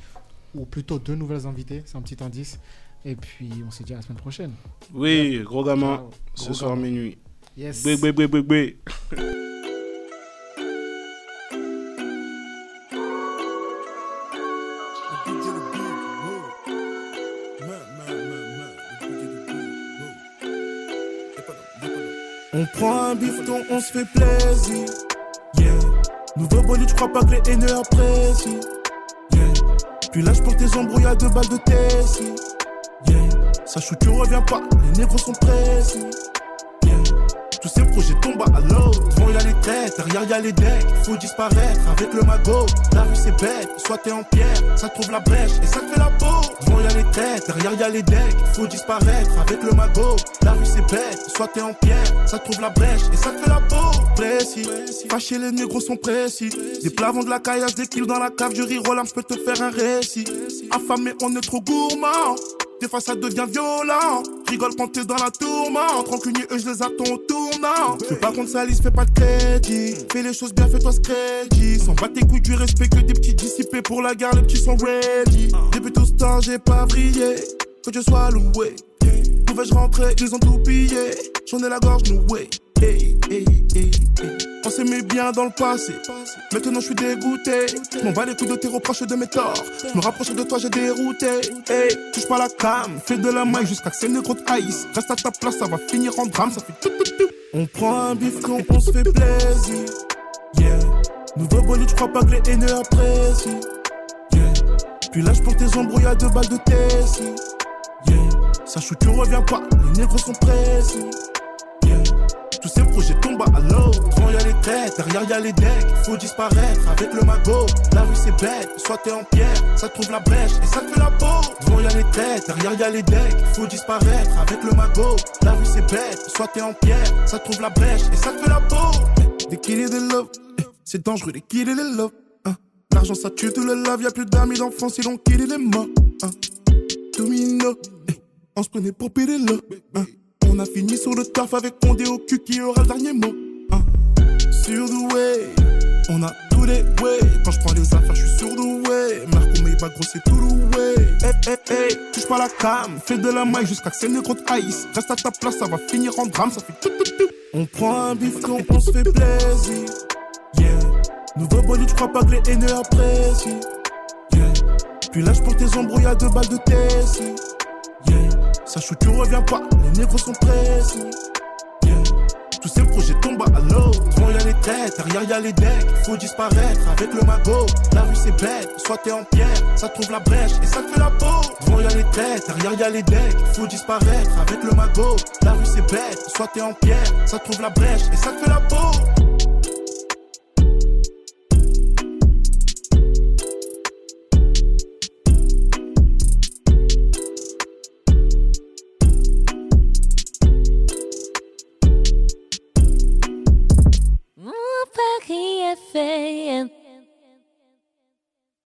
S2: ou plutôt deux nouvelles invités, c'est un petit indice. Et puis on se dit à la semaine prochaine.
S3: Oui, gros gamin,
S2: Ciao.
S3: ce
S2: Gros
S3: soir
S2: gamin.
S3: minuit.
S2: Yes.
S3: Bé, bé, bé, bé, bé.
S7: On prend un bifton, on se fait plaisir. Yeah. Nouveau bolide, j'crois pas que les haineux apprécient. Yeah. Puis lâche pour tes embrouilles à deux balles de Tessie. Yeah. Sache où tu reviens pas, les négros sont pressés. Yeah. Tous ces projets tombent à l'eau. Devant y'a les têtes, derrière y'a les decks. Faut disparaître avec le magot. La rue c'est bête, soit t'es en pierre, ça trouve la brèche et ça te fait la peau. Devant y'a les têtes, derrière y'a les decks. Faut disparaître avec le magot. La rue c'est bête, soit t'es en pierre, ça trouve la brèche et ça te fait la peau. Précis, fâché les négros sont précis. Des plavons de la caillasse, des kilos dans la cave, je ris, relâche, je peux te faire un récit. Affamé, on est trop gourmand. Des fois ça devient violent. Rigole quand t'es dans la tourmente. Rancunier, eux, je les attends au tournant. Fais pas contre salisse, fais pas de crédit. Fais les choses bien, fais-toi ce crédit. Sans bat tes couilles du respect que des petits dissipés pour la gare, les petits sont ready. Depuis tout ce temps, j'ai pas brillé. Que Dieu soit loué. Où vais-je rentrer Ils ont tout pillé. J'en ai la gorge nouée. Hey, hey, hey, hey. On s'aimait bien dans le passé. Maintenant je suis dégoûté. Je m'en bats les couilles de tes reproches et de mes torts. Je me rapproche de toi, j'ai dérouté. Hey, touche pas la cam. Fais de la maille jusqu'à que ces négros te haïssent. Reste à ta place, ça va finir en drame. Ça fait tout, tout, tout. On prend un bifton, on se fait plaisir. Yeah. Nouveau bolide, j'crois pas que les haineux apprécient. Yeah. Puis lâche pour tes embrouilles à deux balles de Tessie. Yeah. Sache où tu reviens pas, les négros sont pressés. Yeah. Tous ces projets tombent à l'eau. Devant y'a les têtes, derrière y'a les decks. Faut disparaître avec le magot. La rue c'est bête, soit t'es en pierre, ça te trouve la brèche et ça te fait la peau. Devant y'a les têtes, derrière y'a les decks. Faut disparaître avec le magot. La rue c'est bête, soit t'es en pierre, ça te trouve la brèche et ça te fait la peau. Des kills et des love, eh, c'est dangereux, des kills et des love. hein. L'argent ça tue tout le love, y'a plus d'amis d'enfants si l'on kill les morts. hein. Domino, eh, on se prenait pour Pirello. hein. On a fini sur le taf avec Condé au cul qui aura le dernier mot. hein. Surdoué, on a tous les way. Quand je prends les affaires, je suis surdoué. Marco Maybach, gros, c'est tout loué. Hey, hey, hey, touche pas la cam. Fais de la maille jusqu'à que ces négros te haïssent. Reste à ta place, ça va finir en drame. Ça fait tout, tout, tout. On prend un bifton, on se fait plaisir. Yeah. Nouveau bolide, j'crois pas que les haineux apprécient. Yeah. Puis lâche pour tes embrouilles à deux balles de Tessie. Yeah. Sache où tu reviens pas, les négros sont pressés. Yeah. Tous ces projets tombent à l'eau. Devant y'a les têtes, derrière y'a les decks. Faut disparaître avec le magot. La rue c'est bête, soit t'es en pierre, ça trouve la brèche et ça te fait la peau. Devant y'a les têtes, derrière y'a les decks. Faut disparaître avec le magot. La rue c'est bête, soit t'es en pierre, ça trouve la brèche et ça te fait la peau.
S1: E